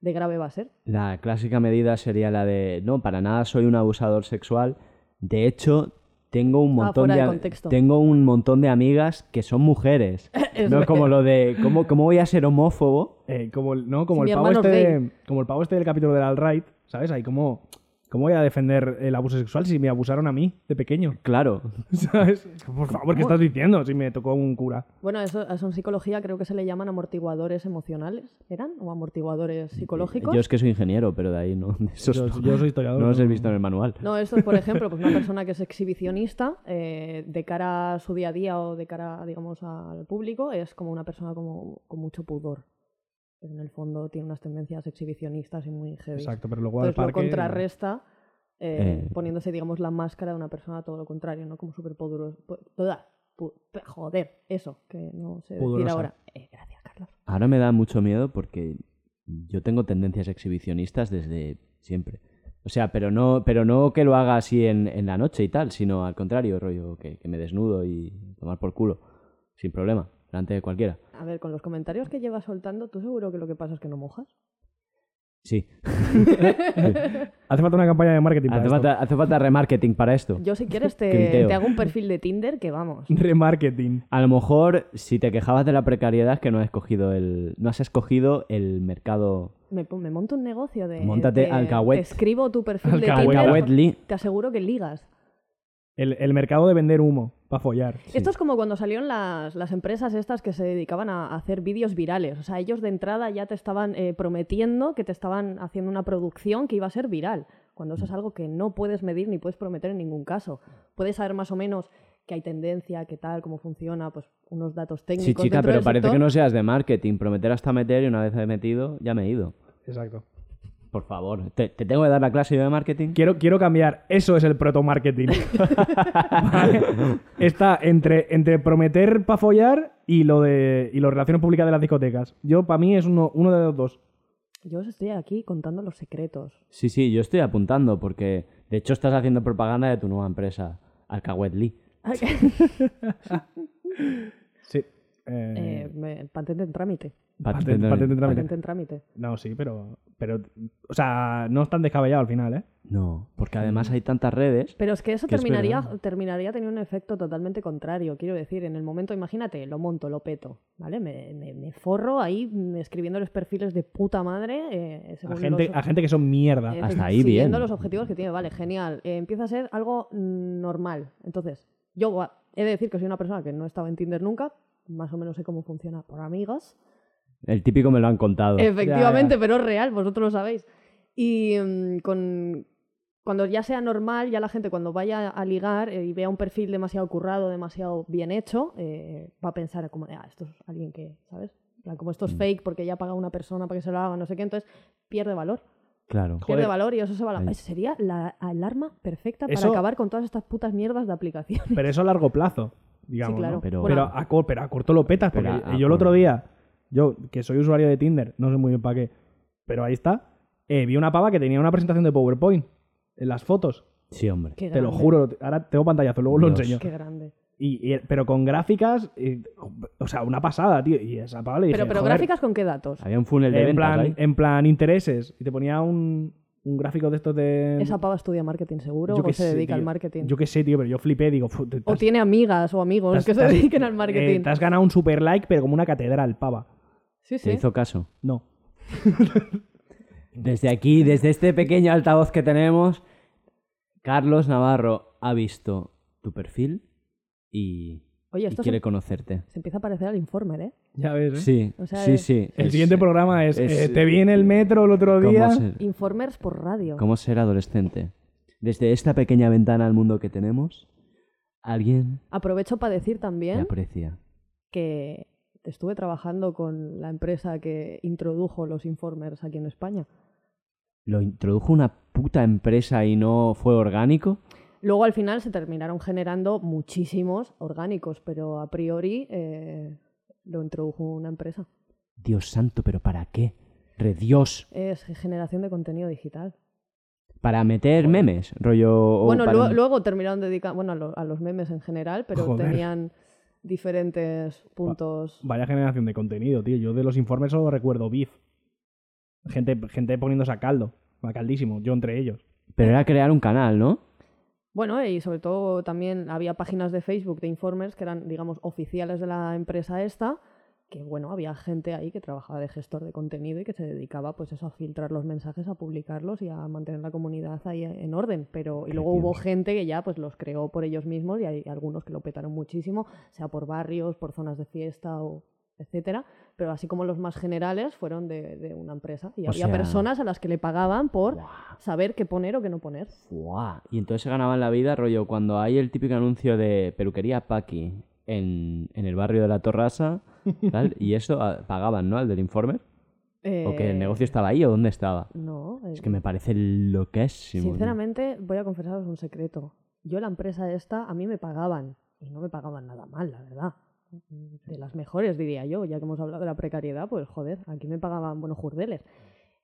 de grave va a ser.
La clásica medida sería la de, no, para nada soy un abusador sexual. De hecho, tengo un
Ah,
montón
fuera
de,
de
am-
contexto.
tengo un montón de amigas que son mujeres.
[LAUGHS] Es
no
verdad.
como lo de, ¿cómo, cómo voy a ser homófobo?
Eh, como, el- no, como,
Si mi
el pavo
hermano
este
es
de- como el pavo este del capítulo del alt-right, ¿sabes? Ahí como... ¿Cómo voy a defender el abuso sexual si me abusaron a mí de pequeño? [LAUGHS]
Claro.
¿Sabes? Por favor, ¿qué estás diciendo si me tocó un cura?
Bueno, eso, eso en psicología creo que se le llaman amortiguadores emocionales, ¿eran? ¿O amortiguadores psicológicos?
Eh, Yo es que soy ingeniero, pero de ahí no. [LAUGHS] de esos
Yo,
no-
yo soy historiador.
no los he visto en el manual.
No, esto es, por ejemplo, pues una persona que es exhibicionista eh, de cara a su día a día o de cara, digamos, al público, es como una persona como, con mucho pudor. Pero en el fondo tiene unas tendencias exhibicionistas y muy heavy.
Exacto, pero luego
Entonces
al
lo
parque...
contrarresta eh,
Eh.
poniéndose, digamos, la máscara de una persona todo lo contrario, ¿no? Como súper poderosa, pu- pe- joder, eso, que no sé decir
Pudorosa.
ahora. Eh, gracias, Carlos.
Ahora me da mucho miedo porque yo tengo tendencias exhibicionistas desde siempre. O sea, pero no, pero no que lo haga así en, en la noche y tal, sino al contrario, rollo, que, que me desnudo y tomar por culo, sin problema, delante de cualquiera.
A ver, con los comentarios que llevas soltando, tú seguro que lo que pasa es que no mojas.
Sí, [LAUGHS]
Hace falta una campaña de marketing. para
hace
esto.
falta, hace falta remarketing para esto.
Yo, si quieres, te,
Crinteo.
te hago un perfil de Tinder que vamos.
[LAUGHS] Remarketing.
A lo mejor, si te quejabas de la precariedad, es que no has escogido el, no has escogido el mercado
Me, pon- me monto un negocio de.
Móntate
de-
alcahuet.
Te escribo tu perfil
Alcahuet.
de Tinder.
Alcahuetli.
Te aseguro que ligas.
El, el mercado de vender humo para follar.
Esto es como cuando salieron las, las empresas estas que se dedicaban a hacer vídeos virales. O sea, ellos de entrada ya te estaban eh, prometiendo que te estaban haciendo una producción que iba a ser viral. Cuando
Mm.
eso es algo que no puedes medir ni puedes prometer en ningún caso. Puedes saber más o menos qué hay tendencia, qué tal, cómo funciona, pues unos datos técnicos.
Sí, chica,
dentro
pero
del
parece
sector.
que no seas de marketing. Prometer hasta meter y una vez he metido, ya me he ido.
Exacto.
Por favor, ¿te, te tengo que dar la clase yo de marketing?
Quiero, quiero cambiar. Eso es el proto-marketing. [LAUGHS] Vale. Está entre, entre prometer para follar y lo de y las relaciones públicas de las discotecas. Yo, para mí, es uno, uno de los dos.
Yo os estoy aquí contando los secretos.
Sí, sí, yo estoy apuntando porque de hecho estás haciendo propaganda de tu nueva empresa, Alcahuetli.
Sí. Eh,
[LAUGHS] Eh, me- patente en trámite.
patente- patente en trámite.
Patente en trámite.
No, sí, pero, pero. O sea, no están descabellados al final, ¿eh?
No, porque además hay tantas redes.
Pero es que eso
Que es
terminaría,
verdad.
terminaría teniendo un efecto totalmente contrario. Quiero decir, en el momento, imagínate, lo monto, lo peto, ¿vale? Me, me- me forro ahí mm, escribiendo los perfiles de puta madre. eh, según
A gente,
los-
a gente que son mierda.
eh, [LAUGHS]
hasta ahí
siguiendo
bien.
los objetivos que tiene, vale, genial. Eh, empieza a ser algo mm, normal. Entonces, yo gua- he de decir que soy una persona que no estaba en Tinder nunca, más o menos sé cómo funciona por amigas.
El típico me lo han contado.
Eh, Efectivamente, pero es real, vosotros lo sabéis. Y mm, con, cuando ya sea normal, ya la gente cuando vaya a ligar eh, y vea un perfil demasiado currado, demasiado bien hecho, eh, va a pensar como, de, ah, esto es alguien que, ¿sabes? En plan, como esto
Mm.
es fake porque ya paga una persona para que se lo haga, no sé qué, entonces pierde valor.
Claro.
Pierde valor y eso se va a la...
Ahí.
Esa sería la alarma perfecta para
Eso-
acabar con todas estas putas mierdas de aplicaciones.
Pero eso a largo plazo, digamos.
claro.
¿no?
Pero-
Pero,
Bueno,
a, cor- pero a corto lo petas, porque
Pero a- a
yo el otro
corto.
día, yo que soy usuario de Tinder, no sé muy bien para qué, pero ahí está, eh, vi una pava que tenía una presentación de PowerPoint en las fotos.
Sí, hombre.
qué
Te lo
grande,
juro, ahora tengo pantallazo, luego lo
Dios.
enseño.
Qué grande.
Y, y- pero con gráficas, eh, o sea, una pasada, tío. Y esa pava le dije,
Pero, pero
"Joder,
gráficas con qué datos?
Había un funnel de
en
ventas
plan, eh,
ahí.
en plan intereses. Y te ponía un, un gráfico de estos de...
Esa pava estudia marketing seguro
yo
o
qué
se
sé,
dedica al
tío.
marketing.
Yo qué sé, tío, pero yo flipé, digo... "Fu, te-
O
estás-
tiene amigas o amigos
Te has-
que se
te has-
dediquen al
eh,
marketing.
te has ganado un super like, pero como una catedral, pava.
sí,
Te
sí.
hizo caso.
No.
Desde aquí, desde este pequeño altavoz que tenemos, Carlos Navarro ha visto tu perfil y,
Oye,
y
esto
quiere
se,
conocerse.
se empieza a parecer al informer, ¿eh?
Ya ves, ¿eh?
Sí,
O sea,
sí,
es-
sí.
El
Es-
siguiente programa es,
es-
eh, te vi en el metro el otro
¿cómo
día.
ser?
Informers por radio.
¿Cómo ser adolescente? Desde esta pequeña ventana al mundo que tenemos, alguien
Aprovecho para decir también
te aprecia.
que estuve trabajando con la empresa que introdujo los informers aquí en España.
¿Lo introdujo una puta empresa y no fue orgánico?
Luego al final se terminaron generando muchísimos orgánicos, pero a priori eh, lo introdujo una empresa.
Dios santo, ¿pero para qué? Redios.
Es generación de contenido digital.
Para meter memes, rollo. o
bueno,
Oh, para-
luego, luego terminaron dedicando bueno, a, lo- a los memes en general, pero
Joder.
tenían diferentes puntos.
Vaya generación de contenido, tío. Yo de los informes solo recuerdo beef. Gente, gente poniéndose a caldo. A caldísimo, yo entre ellos.
Pero era crear un canal, ¿no?
Bueno, y sobre todo también había páginas de Facebook de informers que eran, digamos, oficiales de la empresa esta, que bueno, había gente ahí que trabajaba de gestor de contenido y que se dedicaba pues eso a filtrar los mensajes, a publicarlos y a mantener la comunidad ahí en orden, pero y luego hubo
Creativos.
gente que ya pues los creó por ellos mismos y hay algunos que lo petaron muchísimo, sea por barrios, por zonas de fiesta o etcétera, pero así como los más generales fueron de, de una empresa y
O
había
sea-
personas a las que le pagaban por
Buah,
saber qué poner o qué no poner.
buah. Y entonces se ganaban la vida, rollo, cuando hay el típico anuncio de peluquería Paqui en, en el barrio de
[LAUGHS]
la Torrasa, tal, y eso ah, pagaban, ¿no? Al del informer. O que
Eh,
el negocio estaba ahí o dónde estaba.
No, eh,
Es que me parece loquísimo. tío.
sinceramente voy a confesaros un secreto. Yo la empresa esta, a mí me pagaban y no me pagaban nada mal, la verdad. De las mejores, diría yo, ya que hemos hablado de la precariedad, pues joder, aquí me pagaban buenos jurdeles.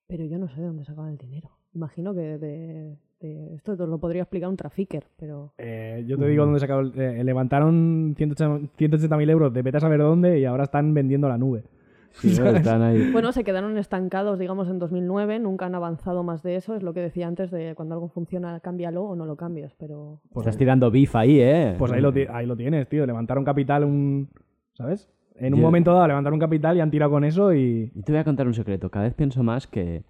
Pero yo no sé de dónde sacaban el dinero. Imagino que de, de- esto te lo podría explicar un trafficker, pero
Eh, yo te digo
Mm.
dónde se acabó. el- eh, levantaron 180 180.000 euros de vete a saber dónde y ahora están vendiendo la nube.
Sí, bueno,
[LAUGHS] ¿Sabes?
están ahí.
Bueno, se quedaron estancados, digamos, en 2009, nunca han avanzado más de eso, es lo que decía antes de cuando algo funciona, cámbialo o no lo cambies, pero
Pues,
Estás tirando beef ahí, ¿eh?
pues ahí, lo, ti- ahí lo tienes, tío. Levantaron capital, un. ¿Sabes? En un
Yo-
momento dado levantaron capital y han tirado con eso y.
Y te voy a contar un secreto. Cada vez pienso más que,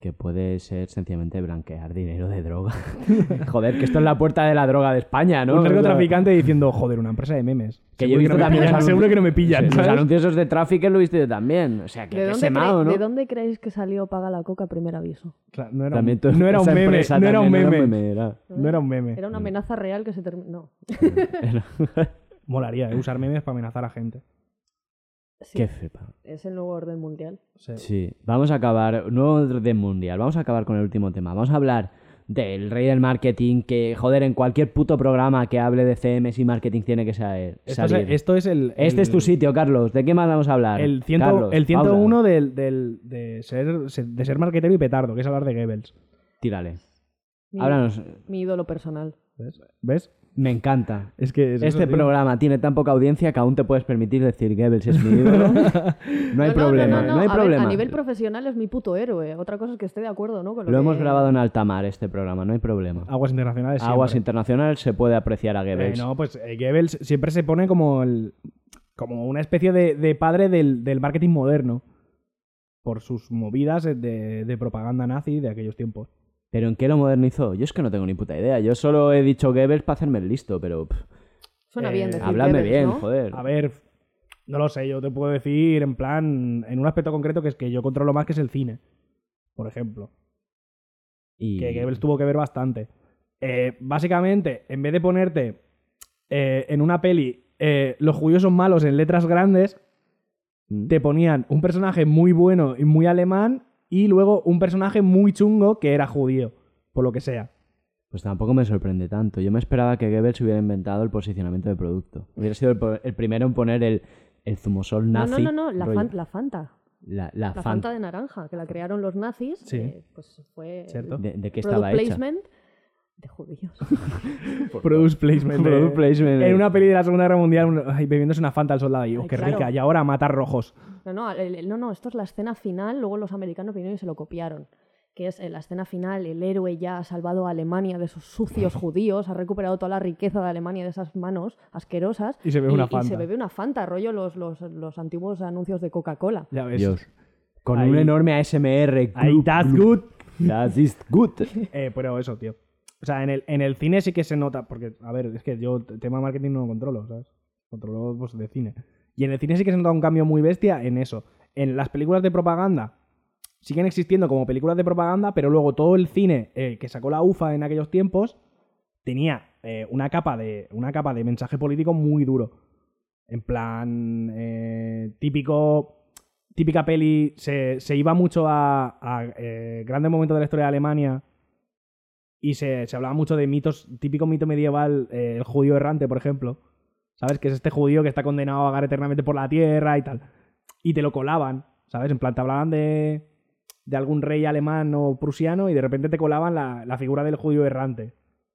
que puede ser sencillamente blanquear dinero de droga. [LAUGHS] Joder, que esto es la puerta de la droga de España, ¿no?
un
O sea,
narcotraficante diciendo, joder, una empresa de memes.
Que
Seguro
yo he visto
no me
también
pillan,
en algún-
Seguro que no me
sí,
pillan.
Los
¿sabes?
anuncios esos de tráfico lo viste yo también. O sea, que,
¿De
que
dónde,
semado,
creéis-
¿no?
¿De dónde creéis que salió Paga la Coca primer aviso?
Claro, no era, un-
También tú-
no era un
esa
meme.
empresa
No era un
también
meme.
era.
No era un meme.
¿Eh? Era una amenaza real que se terminó. No.
Molaría eh, usar memes para amenazar a gente.
Sí,
Qué flipa.
es el nuevo orden mundial.
Sí.
Sí, vamos a acabar, nuevo orden mundial, vamos a acabar con el último tema, vamos a hablar del rey del marketing, que joder, en cualquier puto programa que hable de CMs y marketing tiene que sa- salir.
Esto, es, esto es el,
este es tu
el-
sitio, Carlos, ¿de qué más vamos a hablar?
El, ciento-
Carlos,
el 101
Paula,
del, del- de, ser, se- de ser marquetero y petardo, que es hablar de Goebbels.
Tírale,
Mi,
háblanos,
mi ídolo personal.
¿Ves? ¿Ves?
me encanta.
Es que es eso,
Este
tío.
programa tiene tan poca audiencia que aún te puedes permitir decir Goebbels es mi
[LAUGHS]
ídolo. No hay problema, no, hay
a ver,
problema.
a nivel profesional es mi puto héroe. Otra cosa es que esté de acuerdo, ¿no? Con lo,
Lo hemos
que-
grabado en alta mar este programa, no hay problema.
Aguas internacionales.
Aguas
siempre.
Internacional se puede apreciar a Goebbels.
Eh, no, pues eh, Goebbels siempre se pone como el como una especie de, de padre del, del marketing moderno por sus movidas eh, de, de propaganda nazi de aquellos tiempos.
¿Pero en qué lo modernizó? Yo es que no tengo ni puta idea. Yo solo he dicho Goebbels para hacerme el listo, pero pff,
Suena
Eh,
bien decir
habladme
Goebbels,
bien,
¿no?
joder.
A ver, no lo sé, yo te puedo decir en plan, en un aspecto concreto que es que yo controlo más que es el cine, por ejemplo.
y...
que Goebbels tuvo que ver bastante. Eh, básicamente, en vez de ponerte eh, en una peli eh, los judíos son malos en letras grandes,
Mm.
te ponían un personaje muy bueno y muy alemán y luego un personaje muy chungo que era judío, por lo que sea.
Pues tampoco me sorprende tanto. Yo me esperaba que Goebbels hubiera inventado el posicionamiento de producto. Hubiera sido el, po- el primero en poner el, el zumosol
No,
nazi.
no, no, no, la,
rollo.
fan- la Fanta.
La, la
La
fan-
Fanta de naranja, que la crearon los nazis.
Sí.
eh, pues fue el
¿Cierto?
¿De, de qué
product
estaba hecha?
placement de judíos.
Produce placement. de-
Product placement.
En una peli de la Segunda Guerra Mundial, un- ay, bebiéndose una fanta al soldado y, oh,
Ay,
qué
claro.
rica, y ahora a matar rojos.
No, no, el- el- no, no, esto es la escena final, luego los americanos vinieron y se lo copiaron. Que es eh, la escena final, el héroe ya ha salvado a Alemania de esos
[LAUGHS]
sucios judíos, ha recuperado toda la riqueza de Alemania de esas manos asquerosas.
Y se bebe una Fanta.
se bebe una Fanta, rollo los, los, los antiguos anuncios de Coca-Cola.
Ya ves.
Dios. Con
Ahí-
un enorme ASMR.
Ahí,
glup,
that's
glup.
good.
That is
[LAUGHS]
good.
Eh, pero eso, tío. O sea, en el, en el cine sí que se nota, porque, a ver, es que yo el tema de marketing no lo controlo, ¿sabes? Controlo pues, de cine. Y en el cine sí que se nota un cambio muy bestia en eso. En las películas de propaganda siguen existiendo como películas de propaganda, pero luego todo el cine eh, que sacó la UFA en aquellos tiempos tenía eh, una, capa de, una capa de mensaje político muy duro. En plan, eh, típico típica peli, se, se iba mucho a, a, eh, grandes momentos de la historia de Alemania y se, se hablaba mucho de mitos, típico mito medieval, eh, el judío errante, por ejemplo. ¿Sabes? Que es este judío que está condenado a vagar eternamente por la tierra y tal. Y te lo colaban, ¿sabes? En plan, te hablaban de, de algún rey alemán o prusiano y de repente te colaban la, la figura del judío errante.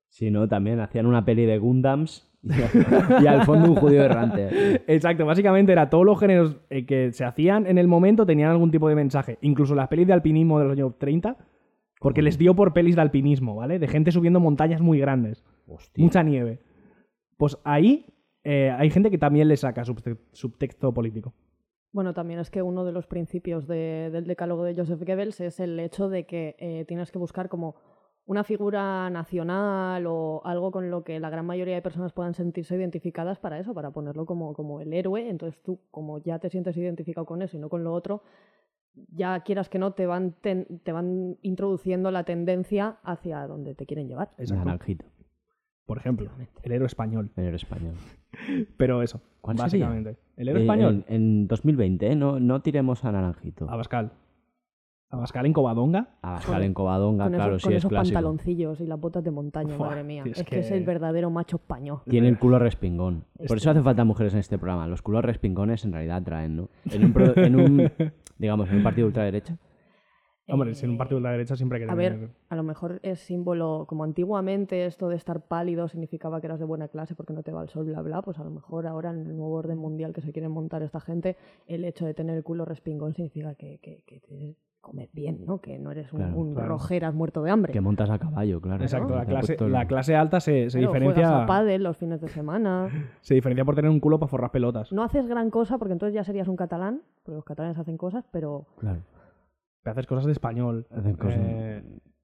Si no, también hacían una peli de Gundams y [LAUGHS] al fondo un judío errante.
[LAUGHS]
Exacto, básicamente era todos los géneros eh, que se hacían en el momento tenían algún tipo de mensaje. Incluso las pelis de alpinismo de los años 30, porque les dio por pelis de alpinismo, ¿vale? De gente subiendo montañas muy grandes,
Hostia.
mucha nieve. Pues ahí eh, hay gente que también le saca subte- subtexto político.
Bueno, también es que uno de los principios de- del decálogo de Joseph Goebbels es el hecho de que eh, tienes que buscar como una figura nacional o algo con lo que la gran mayoría de personas puedan sentirse identificadas para eso, para ponerlo como, como el héroe. Entonces tú, como ya te sientes identificado con eso y no con lo otro, ya quieras que no, te van, ten- te van introduciendo la tendencia hacia donde te quieren llevar.
Exacto.
Naranjito.
Por ejemplo, el héroe español.
El héroe español.
Pero eso,
¿Cuál Eh,
básicamente. El
En,
héroe español,
¿eh?
Ah,
En, en 2020, ¿eh? no, no tiremos a Naranjito.
Abascal. Abascal en Covadonga.
Abascal en Covadonga,
con
Ah, claro,
esos,
sí
con
es
esos
clásico.
pantaloncillos y las botas de montaña,
Buah,
madre mía.
tío, es
es, que... es el
que-
verdadero macho español.
Tiene el culo respingón.
Este-
Por eso hace falta mujeres en este programa. Los culos respingones en realidad traen, ¿no? En un, pro- en
[LAUGHS]
un digamos, en un partido de ultraderecha.
Hombre, si en un partido de la derecha siempre hay que
A
tener-
ver, a lo mejor es símbolo, como antiguamente esto de estar pálido significaba que eras de buena clase porque no te va el sol, bla, bla, pues a lo mejor ahora en el nuevo orden mundial que se quieren montar esta gente, el hecho de tener el culo respingón significa que, que, que te comes bien, ¿no? Que no eres un,
Claro,
un
claro.
rojeras muerto de hambre.
Que montas a caballo, claro.
Exacto, la
Te
clase,
ha puesto el-
la clase alta se, se
Claro, Juegas a
diferencia,
pádel los fines de semana.
se diferencia por tener un culo para forrar pelotas.
No haces gran cosa porque entonces ya serías un catalán, porque los catalanes hacen cosas, pero
Claro.
Te haces cosas de español.
Hacen cosas.
eh,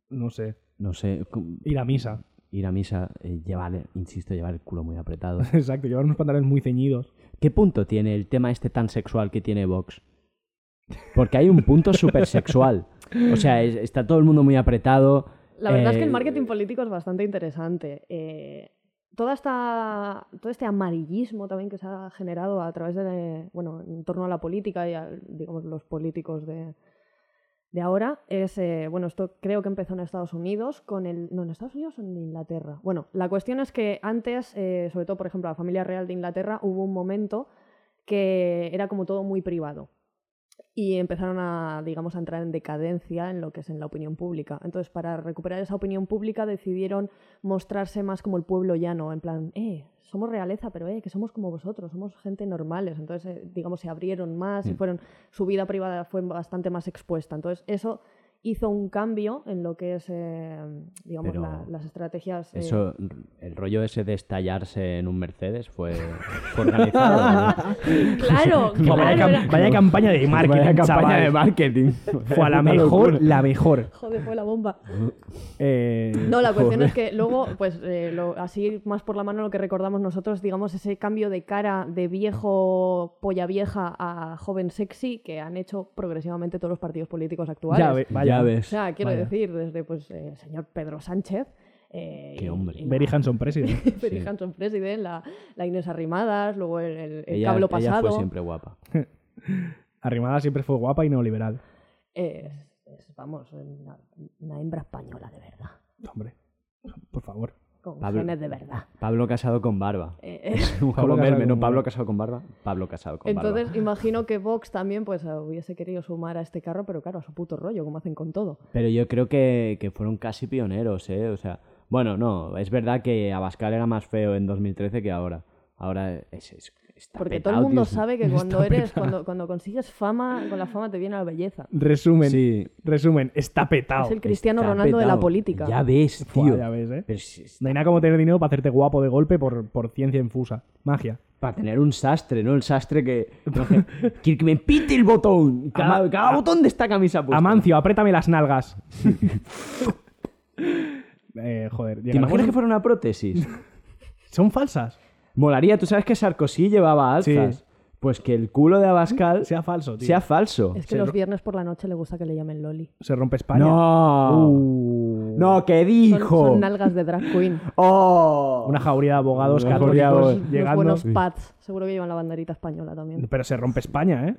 no sé.
No sé, com-
Ir a misa. [LAUGHS]
ir a misa, eh, llevar, insisto, llevar el culo muy apretado.
Exacto, llevar unos pantalones muy ceñidos.
¿Qué punto tiene el tema este tan sexual que tiene Vox? Porque hay un punto súper sexual. O sea, es- está todo el mundo muy apretado.
La verdad es que
Eh,
el marketing político es bastante interesante. Eh, toda esta, todo este amarillismo también que se ha generado a través de, bueno, en torno a la política y a, digamos, los políticos de, de ahora es, eh, bueno, esto creo que empezó en Estados Unidos con el, no, en Estados Unidos o en Inglaterra. Bueno, la cuestión es que antes, eh, sobre todo, por ejemplo, la familia real de Inglaterra, hubo un momento que era como todo muy privado y empezaron a, digamos, a entrar en decadencia en lo que es en la opinión pública. Entonces, para recuperar esa opinión pública decidieron mostrarse más como el pueblo llano, en plan, eh, somos realeza, pero eh, que somos como vosotros, somos gente normales. Entonces, eh, digamos, se abrieron más y
Mm.
fueron, su vida privada fue bastante más expuesta. Entonces, eso hizo un cambio en lo que es, eh, digamos,
Pero
la- las estrategias... eh,
Eso, el rollo ese de estallarse en un Mercedes fue, fue organizado.
[LAUGHS]
¿no?
Claro, claro.
Vaya, cam-
era-
vaya campaña de marketing.
Vaya campaña
chaval.
de marketing.
Fue
[LAUGHS]
a la
Puta
mejor,
locura.
la mejor.
[LAUGHS] Joder, fue la bomba.
Eh,
No, la cuestión es que luego, pues eh, lo- así más por la mano lo que recordamos nosotros, digamos, ese cambio de cara de viejo, polla vieja a joven sexy que han hecho progresivamente todos los partidos políticos actuales.
Ya ve- vaya.
Ya
O
ves.
sea, quiero
Vaya.
decir, desde pues eh, el señor Pedro Sánchez. eh,
Qué
y-
hombre.
y la-
Very
[LAUGHS]
handsome president.
Very
Sí.
Handsome President, la, la Inés Arrimadas, luego el, el- el
ella,
Cablo
ella
Pasado.
fue siempre guapa.
Arrimada siempre fue guapa y neoliberal.
Eh, es- es, vamos, una, una hembra española de verdad,
Hombre, por favor.
con
Pablo-
genes de verdad.
Pablo casado con barba.
Eh, eh.
Pablo
Casado
Merme,
con
no,
barba.
Pablo casado con barba. Pablo casado con
Entonces,
barba.
imagino que Vox también pues hubiese querido sumar a este carro, pero claro, a su puto rollo, como hacen con todo.
Pero yo creo que, que fueron casi pioneros, ¿eh? O sea, bueno, no, es verdad que Abascal era más feo en 2013 que ahora. Ahora es, es- está
Porque
petao,
todo el mundo
tío.
sabe
[LAUGHS]
que cuando eres, cuando, cuando consigues fama, con la fama te viene la belleza.
Resumen,
Sí.
resumen, está petado.
Es el Cristiano
Está
Ronaldo de la
petao.
política.
Ya ves,
Fua,
tío.
ya ves, ¿eh?
Pero si es-
No hay nada como tener dinero para hacerte guapo de golpe por, por ciencia infusa. Magia.
para tener un sastre, ¿no? El sastre que... no sé, quiere que me pite el botón. Cada,
Ama-
cada botón de esta camisa puesta.
Amancio, apriétame las nalgas. [LAUGHS] Eh, joder.
¿Te
llegamos-
imaginas que fuera una prótesis?
[LAUGHS] Son falsas.
Molaría, tú sabes que Sarkozy llevaba alzas.
Sí.
Pues que el culo de Abascal sea,
Sea falso, tío.
falso.
Es que los viernes por la noche le gusta que le llamen Loli.
Se rompe España.
No.
Uh.
No, que
Son,
dijo.
son nalgas de drag
[LAUGHS]
queen.
¡Oh!
Una jauría de abogados
Una
católicos
jauría de abogados.
Los
llegando.
buenos pads. Seguro que llevan la banderita española también.
Pero se rompe España, ¿eh?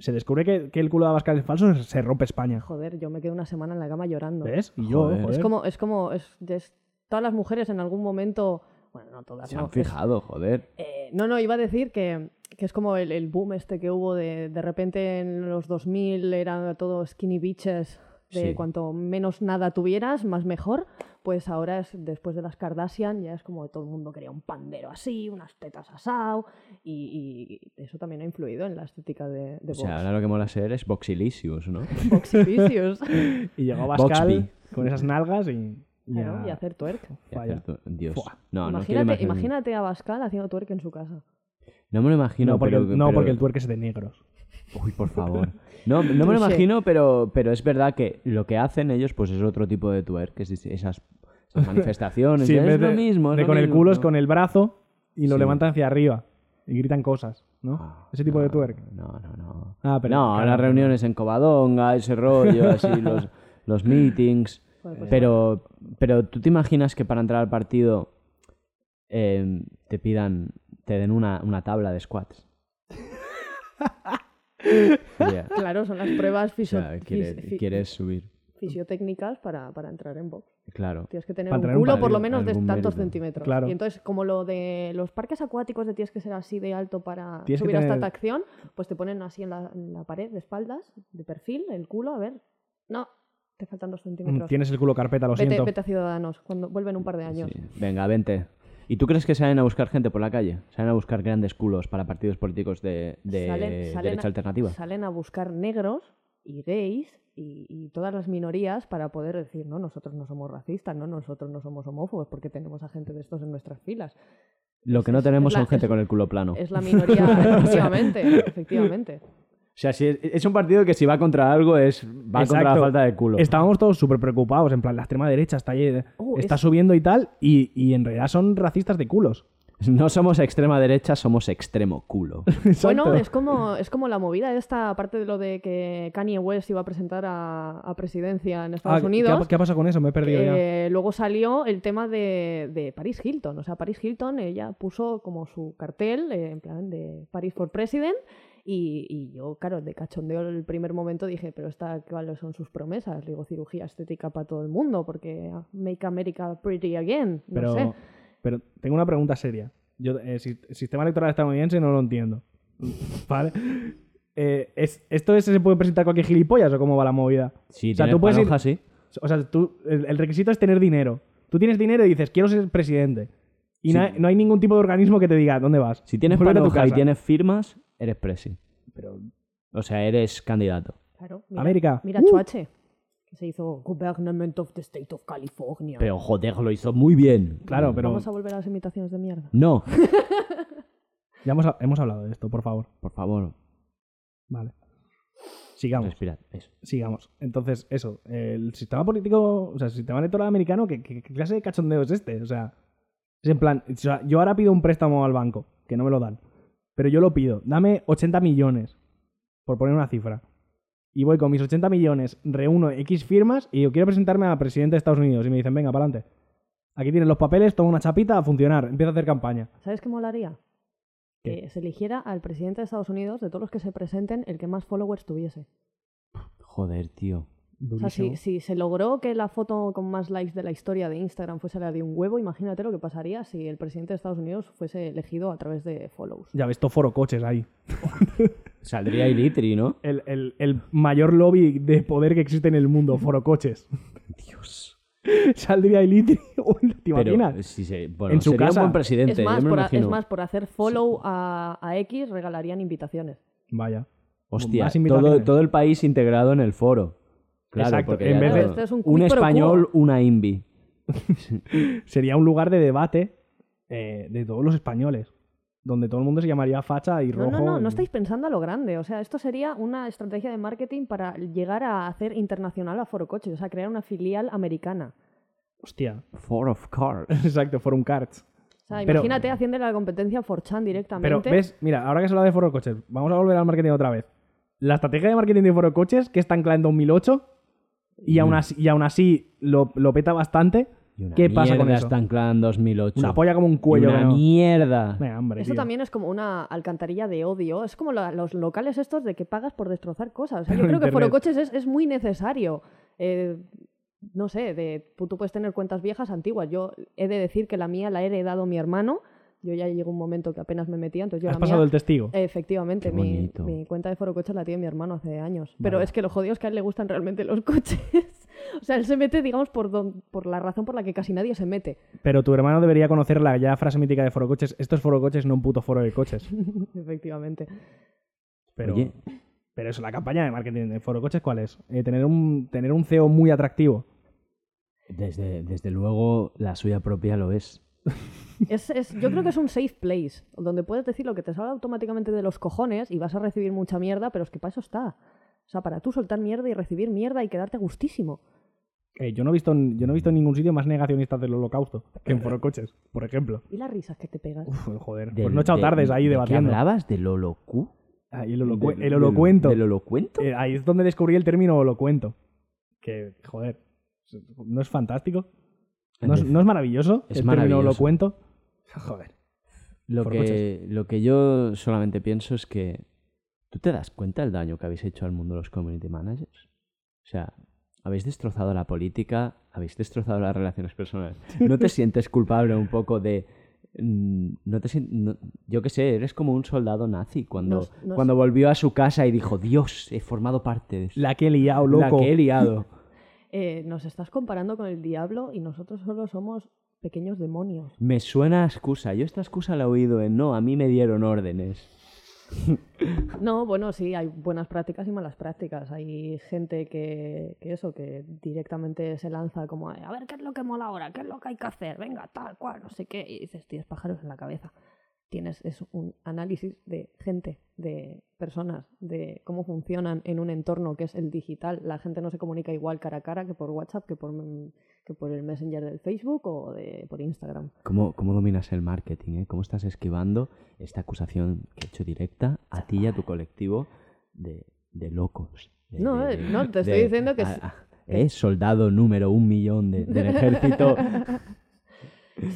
Se descubre que, que el culo de Abascal es falso, se rompe España.
Joder, yo me quedé una semana en la cama llorando.
¿Ves? Y yo,
Joder.
joder.
Es como, es como, es, es- todas las mujeres en algún momento, bueno, no todas,
Se
no,
han
es-
fijado, joder.
Eh, no, no, iba a decir que, que es como el, el boom este que hubo de, de repente en los 2000 eran todos skinny bitches de
Sí.
cuanto menos nada tuvieras, más mejor. Pues ahora, es, después de las Kardashian, ya es como todo el mundo quería un pandero así, unas tetas asado, y, y eso también ha influido en la estética de, de
O sea, ahora lo que mola ser es Voxilicious, ¿no?
Vox y
[LAUGHS]
Vicious,
Y llegó
Boxby.
Abascal con esas nalgas y. y
claro,
a-
y hacer twerk.
Y
Vaya.
hacer tu- Dios.
Fua.
No, no quiero
imagínate,
imaginar-
imagínate a Bascal haciendo twerk en su casa.
No me lo imagino,
No, porque,
pero,
no,
pero-
porque el tuerque es de negros.
Uy, por favor. No, no me lo
Touché.
imagino, pero, pero es verdad que lo que hacen ellos pues es otro tipo de twerk, que es
[LAUGHS]
dis- esas, esas manifestaciones.
Sí,
de,
en vez
es lo
de-
mismo. es
de
lo
con el
mismo",
culo es
¿no?
con el brazo y lo
Sí.
levantan hacia arriba y gritan cosas, Ah, ¿no? Ese tipo de twerk.
No, no, no.
Ah, pero-
no,
claro,
las
pero-
reuniones en Covadonga, ese
[LAUGHS]
rollo, así, los, los meetings.
Joder, pues
Pero, pero tú te imaginas que para entrar al partido eh, te pidan,
[LAUGHS]
te den una, una tabla de squats. Ya.
Claro, Claro, son las pruebas fisio-
sea, quiere-
fis- fi-
quieres subir.
fisiotécnicas para, para entrar en box.
Claro.
Tienes que tener
Para
un
traer un
culo por
barril,
lo menos de
algún
tantos
mérito.
centímetros.
Claro.
Y entonces, como lo de los parques acuáticos de tienes que ser así de alto para
Tienes que
subir hasta
tener-
atracción, pues te ponen así en la, en la pared de espaldas, de perfil, el culo, a ver. No, te faltan dos centímetros.
Tienes el culo carpeta, lo
Vete,
siento.
vete a Ciudadanos, cuando vuelven un par de años.
Sí. Venga, vente. ¿Y tú crees que salen a buscar gente por la calle? ¿Salen a buscar grandes culos para partidos políticos de, de derecha
a,
alternativa?
salen a buscar negros y gays y, y todas las minorías para poder decir, no, nosotros no somos racistas, no, nosotros no somos homófobos, porque tenemos a gente de estos en nuestras filas.
Lo que no
es- es
tenemos
la-
son gente
es-
con el culo plano.
Es la
[LAUGHS]
minoría, efectivamente, efectivamente.
O sea, si es, es un partido que si va contra algo es va contra la
Exacto.
falta de culo.
Estábamos todos súper preocupados, en plan, la extrema derecha está, ahí- eh,
Oh,
está
es-
subiendo y tal, y, y en realidad son racistas de culos. [LAUGHS]
No somos extrema derecha, somos extremo [LAUGHS] culo.
Bueno,
Exacto.
es como, es como la movida esta, aparte de lo de que Kanye West iba a presentar a, a presidencia en
Ah,
Estados
¿qué-
Unidos.
¿qué, ha pasado con eso? Me he perdido ya.
Eh, luego salió el tema de, de Paris Hilton. O sea, Paris Hilton, ella puso como su cartel, eh, en plan de Paris for President. Y, y yo, claro, de cachondeo el primer momento dije, pero esta, ¿cuáles son sus promesas? Le digo, cirugía estética para todo el mundo, porque ah, Make America Pretty Again. No
Pero,
sé.
pero tengo una pregunta seria. Yo, eh, si- el sistema electoral estadounidense no lo entiendo. [LAUGHS] ¿Vale? Eh, es- ¿Esto es, se puede presentar cualquier gilipollas o cómo va la movida?
Si
O sea,
tienes
tú puedes ir-
panoja, sí.
O sea, tú, el, el requisito es tener dinero. Tú tienes dinero y dices, quiero ser presidente. Y
Sí.
na- no hay ningún tipo de organismo que te diga, ¿dónde vas?
Si tienes
Vuelve a tu
panoja y
casa.
tienes firmas, eres presi.
Pero-
O sea, eres candidato.
Claro, mira,
América.
Mira,
Uh.
Chuache, que se hizo Government of the State of California.
Pero joder, lo hizo muy bien.
Claro, pero
Vamos a volver a las imitaciones de mierda.
No,
ya hemos, hemos hablado de esto, por favor.
por favor,
Vale. Sigamos.
respirad. Eso.
sigamos. Entonces, eso, el sistema político, o sea, el sistema electoral americano, ¿qué, qué- qué clase de cachondeo es este? O sea, es en plan, o sea, yo ahora pido un préstamo al banco, que no me lo dan, pero yo lo pido, dame 80 millones, por poner una cifra. Y voy con mis 80 millones, reúno X firmas y yo quiero presentarme a presidente de Estados Unidos. Y me dicen, venga, para adelante. Aquí tienes los papeles, toma una chapita, a funcionar, empieza a hacer campaña.
¿Sabes qué molaría?
¿Qué?
Que se eligiera al presidente de Estados Unidos, de todos los que se presenten, el que más followers tuviese.
Joder, tío.
O sea, si, si se logró que la foto con más likes de la historia de Instagram fuese la de un huevo, imagínate lo que pasaría si el presidente de Estados Unidos fuese elegido a través de follows.
Ya ves, toforo coches ahí.
Saldría Ilitri, ¿no?
El, el- el mayor lobby de poder que existe en el mundo, foro coches.
Dios.
[LAUGHS] saldría el litri. [LAUGHS] Uy, ¿Te imaginas?
Pero, si se, bueno,
En su
sería
casa.
un buen presidente.
Es más,
yo me
por
lo
a- es
imagino.
más, por hacer follow a, a X regalarían invitaciones.
Vaya.
Hostia,
más
todo,
invitaciones.
todo el país integrado en el foro. Claro,
Exacto,
porque
en
ya
vez
todo-
de-
Este es un
un,
quid pro quo.
español, una imbi.
Sería un lugar de debate eh, de todos los españoles. Donde todo el mundo se llamaría facha y
No, no,
rojo.
no, no
y-
estáis pensando a lo grande. O sea, esto sería una estrategia de marketing para llegar a hacer internacional a Foro Coches, o sea, crear una filial americana.
Hostia. [LAUGHS]
Four of cars.
Exacto, Forum Cards.
O sea,
Pero-
imagínate haciendo la competencia Forchan
Pero,
directamente.
¿ves? Mira, ahora que se habla de foro coches, vamos a volver al marketing otra vez. La estrategia de marketing de foro coches, que está anclada en 2008, y
Mm.
aún así, y aún así lo, lo peta bastante.
Y una
¿Qué pasa con
mierda
eso?
Stan Clan 2008.
Una polla como un cuello.
Y una
que no-
mierda.
Venga, hombre,
Eso
tío.
también es como una alcantarilla de odio. Es como la- los locales estos de que pagas por destrozar cosas. O sea, yo
Pero
creo que
Internet.
Forocoches es, es muy necesario. Eh, no sé, de, tú tú puedes tener cuentas viejas, antiguas. Yo he de decir que la mía la he heredado mi hermano. Yo ya llegó un momento que apenas me metía, entonces yo
Has
la
pasado
mía...
el testigo.
Eh.
Efectivamente,
Qué
mi,
bonito.
mi cuenta de foro coches la tiene mi hermano hace años. Pero
Vale.
es que lo jodido es que a él le gustan realmente los [LAUGHS] coches. o sea, él se mete, digamos, por, don- por la razón por la que casi nadie se mete. [LAUGHS]
Pero tu hermano debería conocer la ya frase mítica de foro coches. Esto es foro coches, no un puto foro de
[LAUGHS]
coches.
Efectivamente.
Pero,
Oye.
pero eso, la campaña de marketing de Foro Coches, ¿cuál es? Eh, tener, un, tener un CEO muy atractivo.
Desde, desde luego, la suya propia lo es.
Es, es- yo creo que es un safe place, donde puedes decir lo que te salga automáticamente de los cojones y vas a recibir mucha mierda, pero es que para eso está. O sea, para tú soltar mierda y recibir mierda y quedarte gustísimo.
Eh, yo, no he visto, en- yo no he visto en ningún sitio más negacionistas del holocausto que
[LAUGHS]
en Foro Coches, por ejemplo.
Y las risas que te pegas.
Uf, joder,
Del-
pues no he echado
de-
tardes ahí
¿de qué
debatiendo.
hablabas? ¿Del holocu?
Ah, y el, holocue-
del-
el holocuento.
¿Del holocuento?
Eh, ahí es donde descubrí el término holocuento. Que, joder, ¿no es fantástico? ¿No es, no es maravilloso
Es
el
maravilloso.
término holocuento? [LAUGHS] Joder.
Lo
Por
que, lo que yo solamente pienso es que ¿Tú te das cuenta del daño que habéis hecho al mundo de los community managers? O sea, habéis destrozado la política, habéis destrozado las relaciones personales.
[LAUGHS]
¿No te sientes culpable un poco de... mm, No te sien- no- yo qué sé, eres como un soldado nazi cuando,
Nos- nos-
cuando volvió a su casa y dijo, Dios, he formado parte de
La que he liado, loco.
la que he liado.
Eh, nos estás comparando con el diablo y nosotros solo somos pequeños demonios.
Me suena a excusa. Yo esta excusa la he oído en no, a mí me dieron órdenes.
No, bueno, sí, hay buenas prácticas y malas prácticas. Hay gente que, que eso, que directamente se lanza como a, "A ver qué es lo que mola ahora, qué es lo que hay que hacer, venga, tal, cual, no sé qué. Y dices, tienes pájaros en la cabeza. Tienes es un análisis de gente, de personas, de cómo funcionan en un entorno que es el digital. La gente no se comunica igual cara a cara que por WhatsApp, que por, que por el Messenger del Facebook o de, por Instagram.
¿Cómo, cómo dominas el marketing? eh? ¿Cómo estás esquivando esta acusación que he hecho directa a ti y a tu colectivo de, de locos? De-
No,
de-
eh,
de-
no, te estoy diciendo que
a-
es-
a- eh, soldado número un millón
[LAUGHS]
de- del ejército.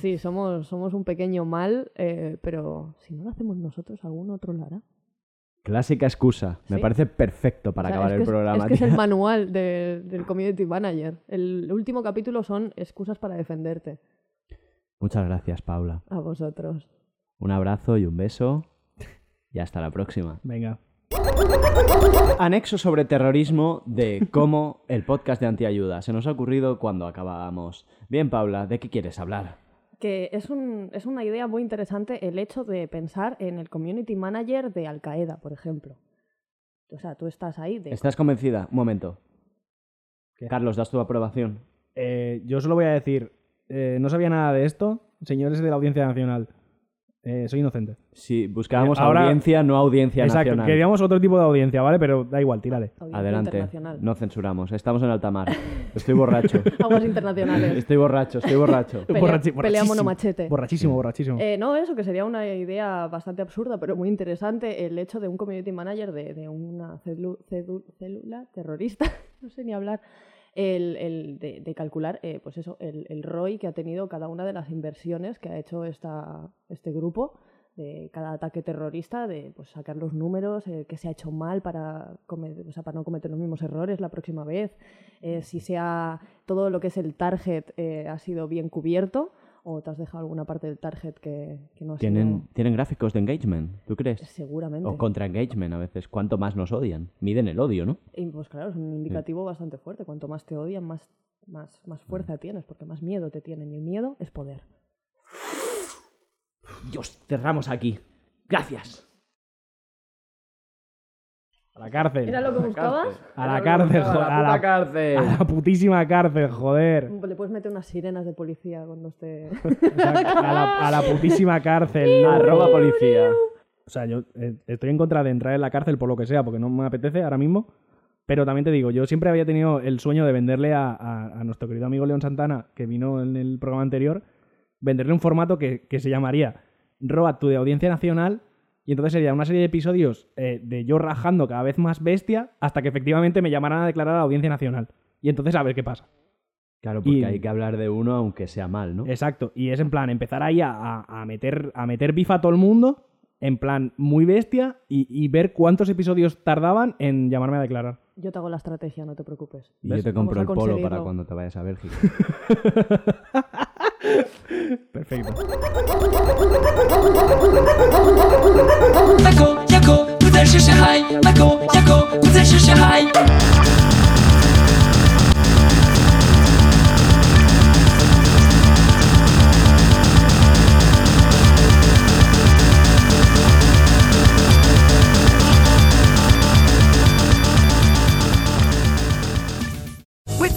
Sí, somos, somos un pequeño mal, eh, pero si no lo hacemos nosotros, algún otro lo hará.
Clásica excusa. Me
Sí.
parece perfecto para
O sea,
acabar
es
el
que es-
programa.
Es que es el
tía.
manual de- del community manager. El último capítulo son excusas para defenderte.
Muchas gracias, Paula.
A vosotros.
Un abrazo y un beso. Y hasta la próxima.
Venga.
Anexo sobre terrorismo de cómo el podcast de Antiayuda se nos ha ocurrido cuando acabábamos. Bien, Paula, ¿de qué quieres hablar?
Que es, un- es una idea muy interesante el hecho de pensar en el community manager de Al Qaeda, por ejemplo. O sea, tú estás ahí de.
¿Estás convencida? Un momento.
¿Qué?
Carlos, das tu aprobación.
Eh, yo solo voy a decir, eh, no sabía nada de esto, señores de la Audiencia Nacional. Eh, soy inocente.
Sí, buscábamos
Eh, ahora-
audiencia, no audiencia
Exacto,
nacional.
queríamos otro tipo de audiencia, ¿vale? Pero da igual, tírale.
audiencia
Adelante.
Internacional.
No censuramos. Estamos en alta mar. Estoy borracho.
Aguas
[LAUGHS]
internacionales.
estoy borracho, estoy borracho.
Pelea-
Borrachi-
pelea
borrachísimo.
monomachete.
Borrachísimo, borrachísimo.
Eh, no, eso que sería una idea bastante absurda, pero muy interesante, el hecho de un community manager de, de una celu- cedu- célula terrorista, [LAUGHS] no sé ni hablar, el, el de, de calcular eh, pues eso, el, el ROI que ha tenido cada una de las inversiones que ha hecho esta, este grupo de cada ataque terrorista, de pues, sacar los números, eh, qué se ha hecho mal para, cometer- o sea, para no cometer los mismos errores la próxima vez, eh, si se ha- todo lo que es el target eh, ha sido bien cubierto o te has dejado alguna parte del target que, que no ha
¿Tienen, tienen gráficos de engagement, ¿tú
sido...
crees?
Seguramente.
O contra engagement a veces. Cuanto más nos odian. Miden el odio, ¿no?
Y pues claro, es un indicativo bastante fuerte. Cuanto más te odian, más, más, más fuerza tienes, porque más miedo te tienen. Y el miedo es poder.
Dios, cerramos aquí. Gracias.
a la cárcel.
¿Era lo que buscabas?
A la cárcel, joder. A la,
cárcel.
a la putísima cárcel, joder.
Le puedes meter unas sirenas de policía cuando
[LAUGHS]
esté...
O [LAUGHS] sea, a, la, a la putísima cárcel. no.
Arroba policía.
O sea, yo eh, estoy en contra de entrar en la cárcel por lo que sea, porque no me apetece ahora mismo. Pero también te digo, yo siempre había tenido el sueño de venderle a, a- a nuestro querido amigo León Santana, que vino en el programa anterior, venderle un formato que, que se llamaría Road to de Audiencia Nacional. Y entonces sería una serie de episodios eh, de yo rajando cada vez más bestia hasta que efectivamente me llamaran a declarar a la Audiencia Nacional. Y entonces a ver qué pasa.
Claro, porque
Y-
hay que hablar de uno aunque sea mal, ¿no?
Exacto. Y es en plan, empezar ahí a, a- a meter, a meter bifa a todo el mundo, en plan, muy bestia, y, y ver cuántos episodios tardaban en llamarme a declarar.
Yo te hago la estrategia, no te preocupes.
Y
¿Ves?
yo te
Vamos
compro
a
el polo para
conseguirlo.
cuando te vayas a Bélgica.
Perfecto.
Michael, Jaco, 不再是小孩。Michael, Jaco, 不再是小孩。
With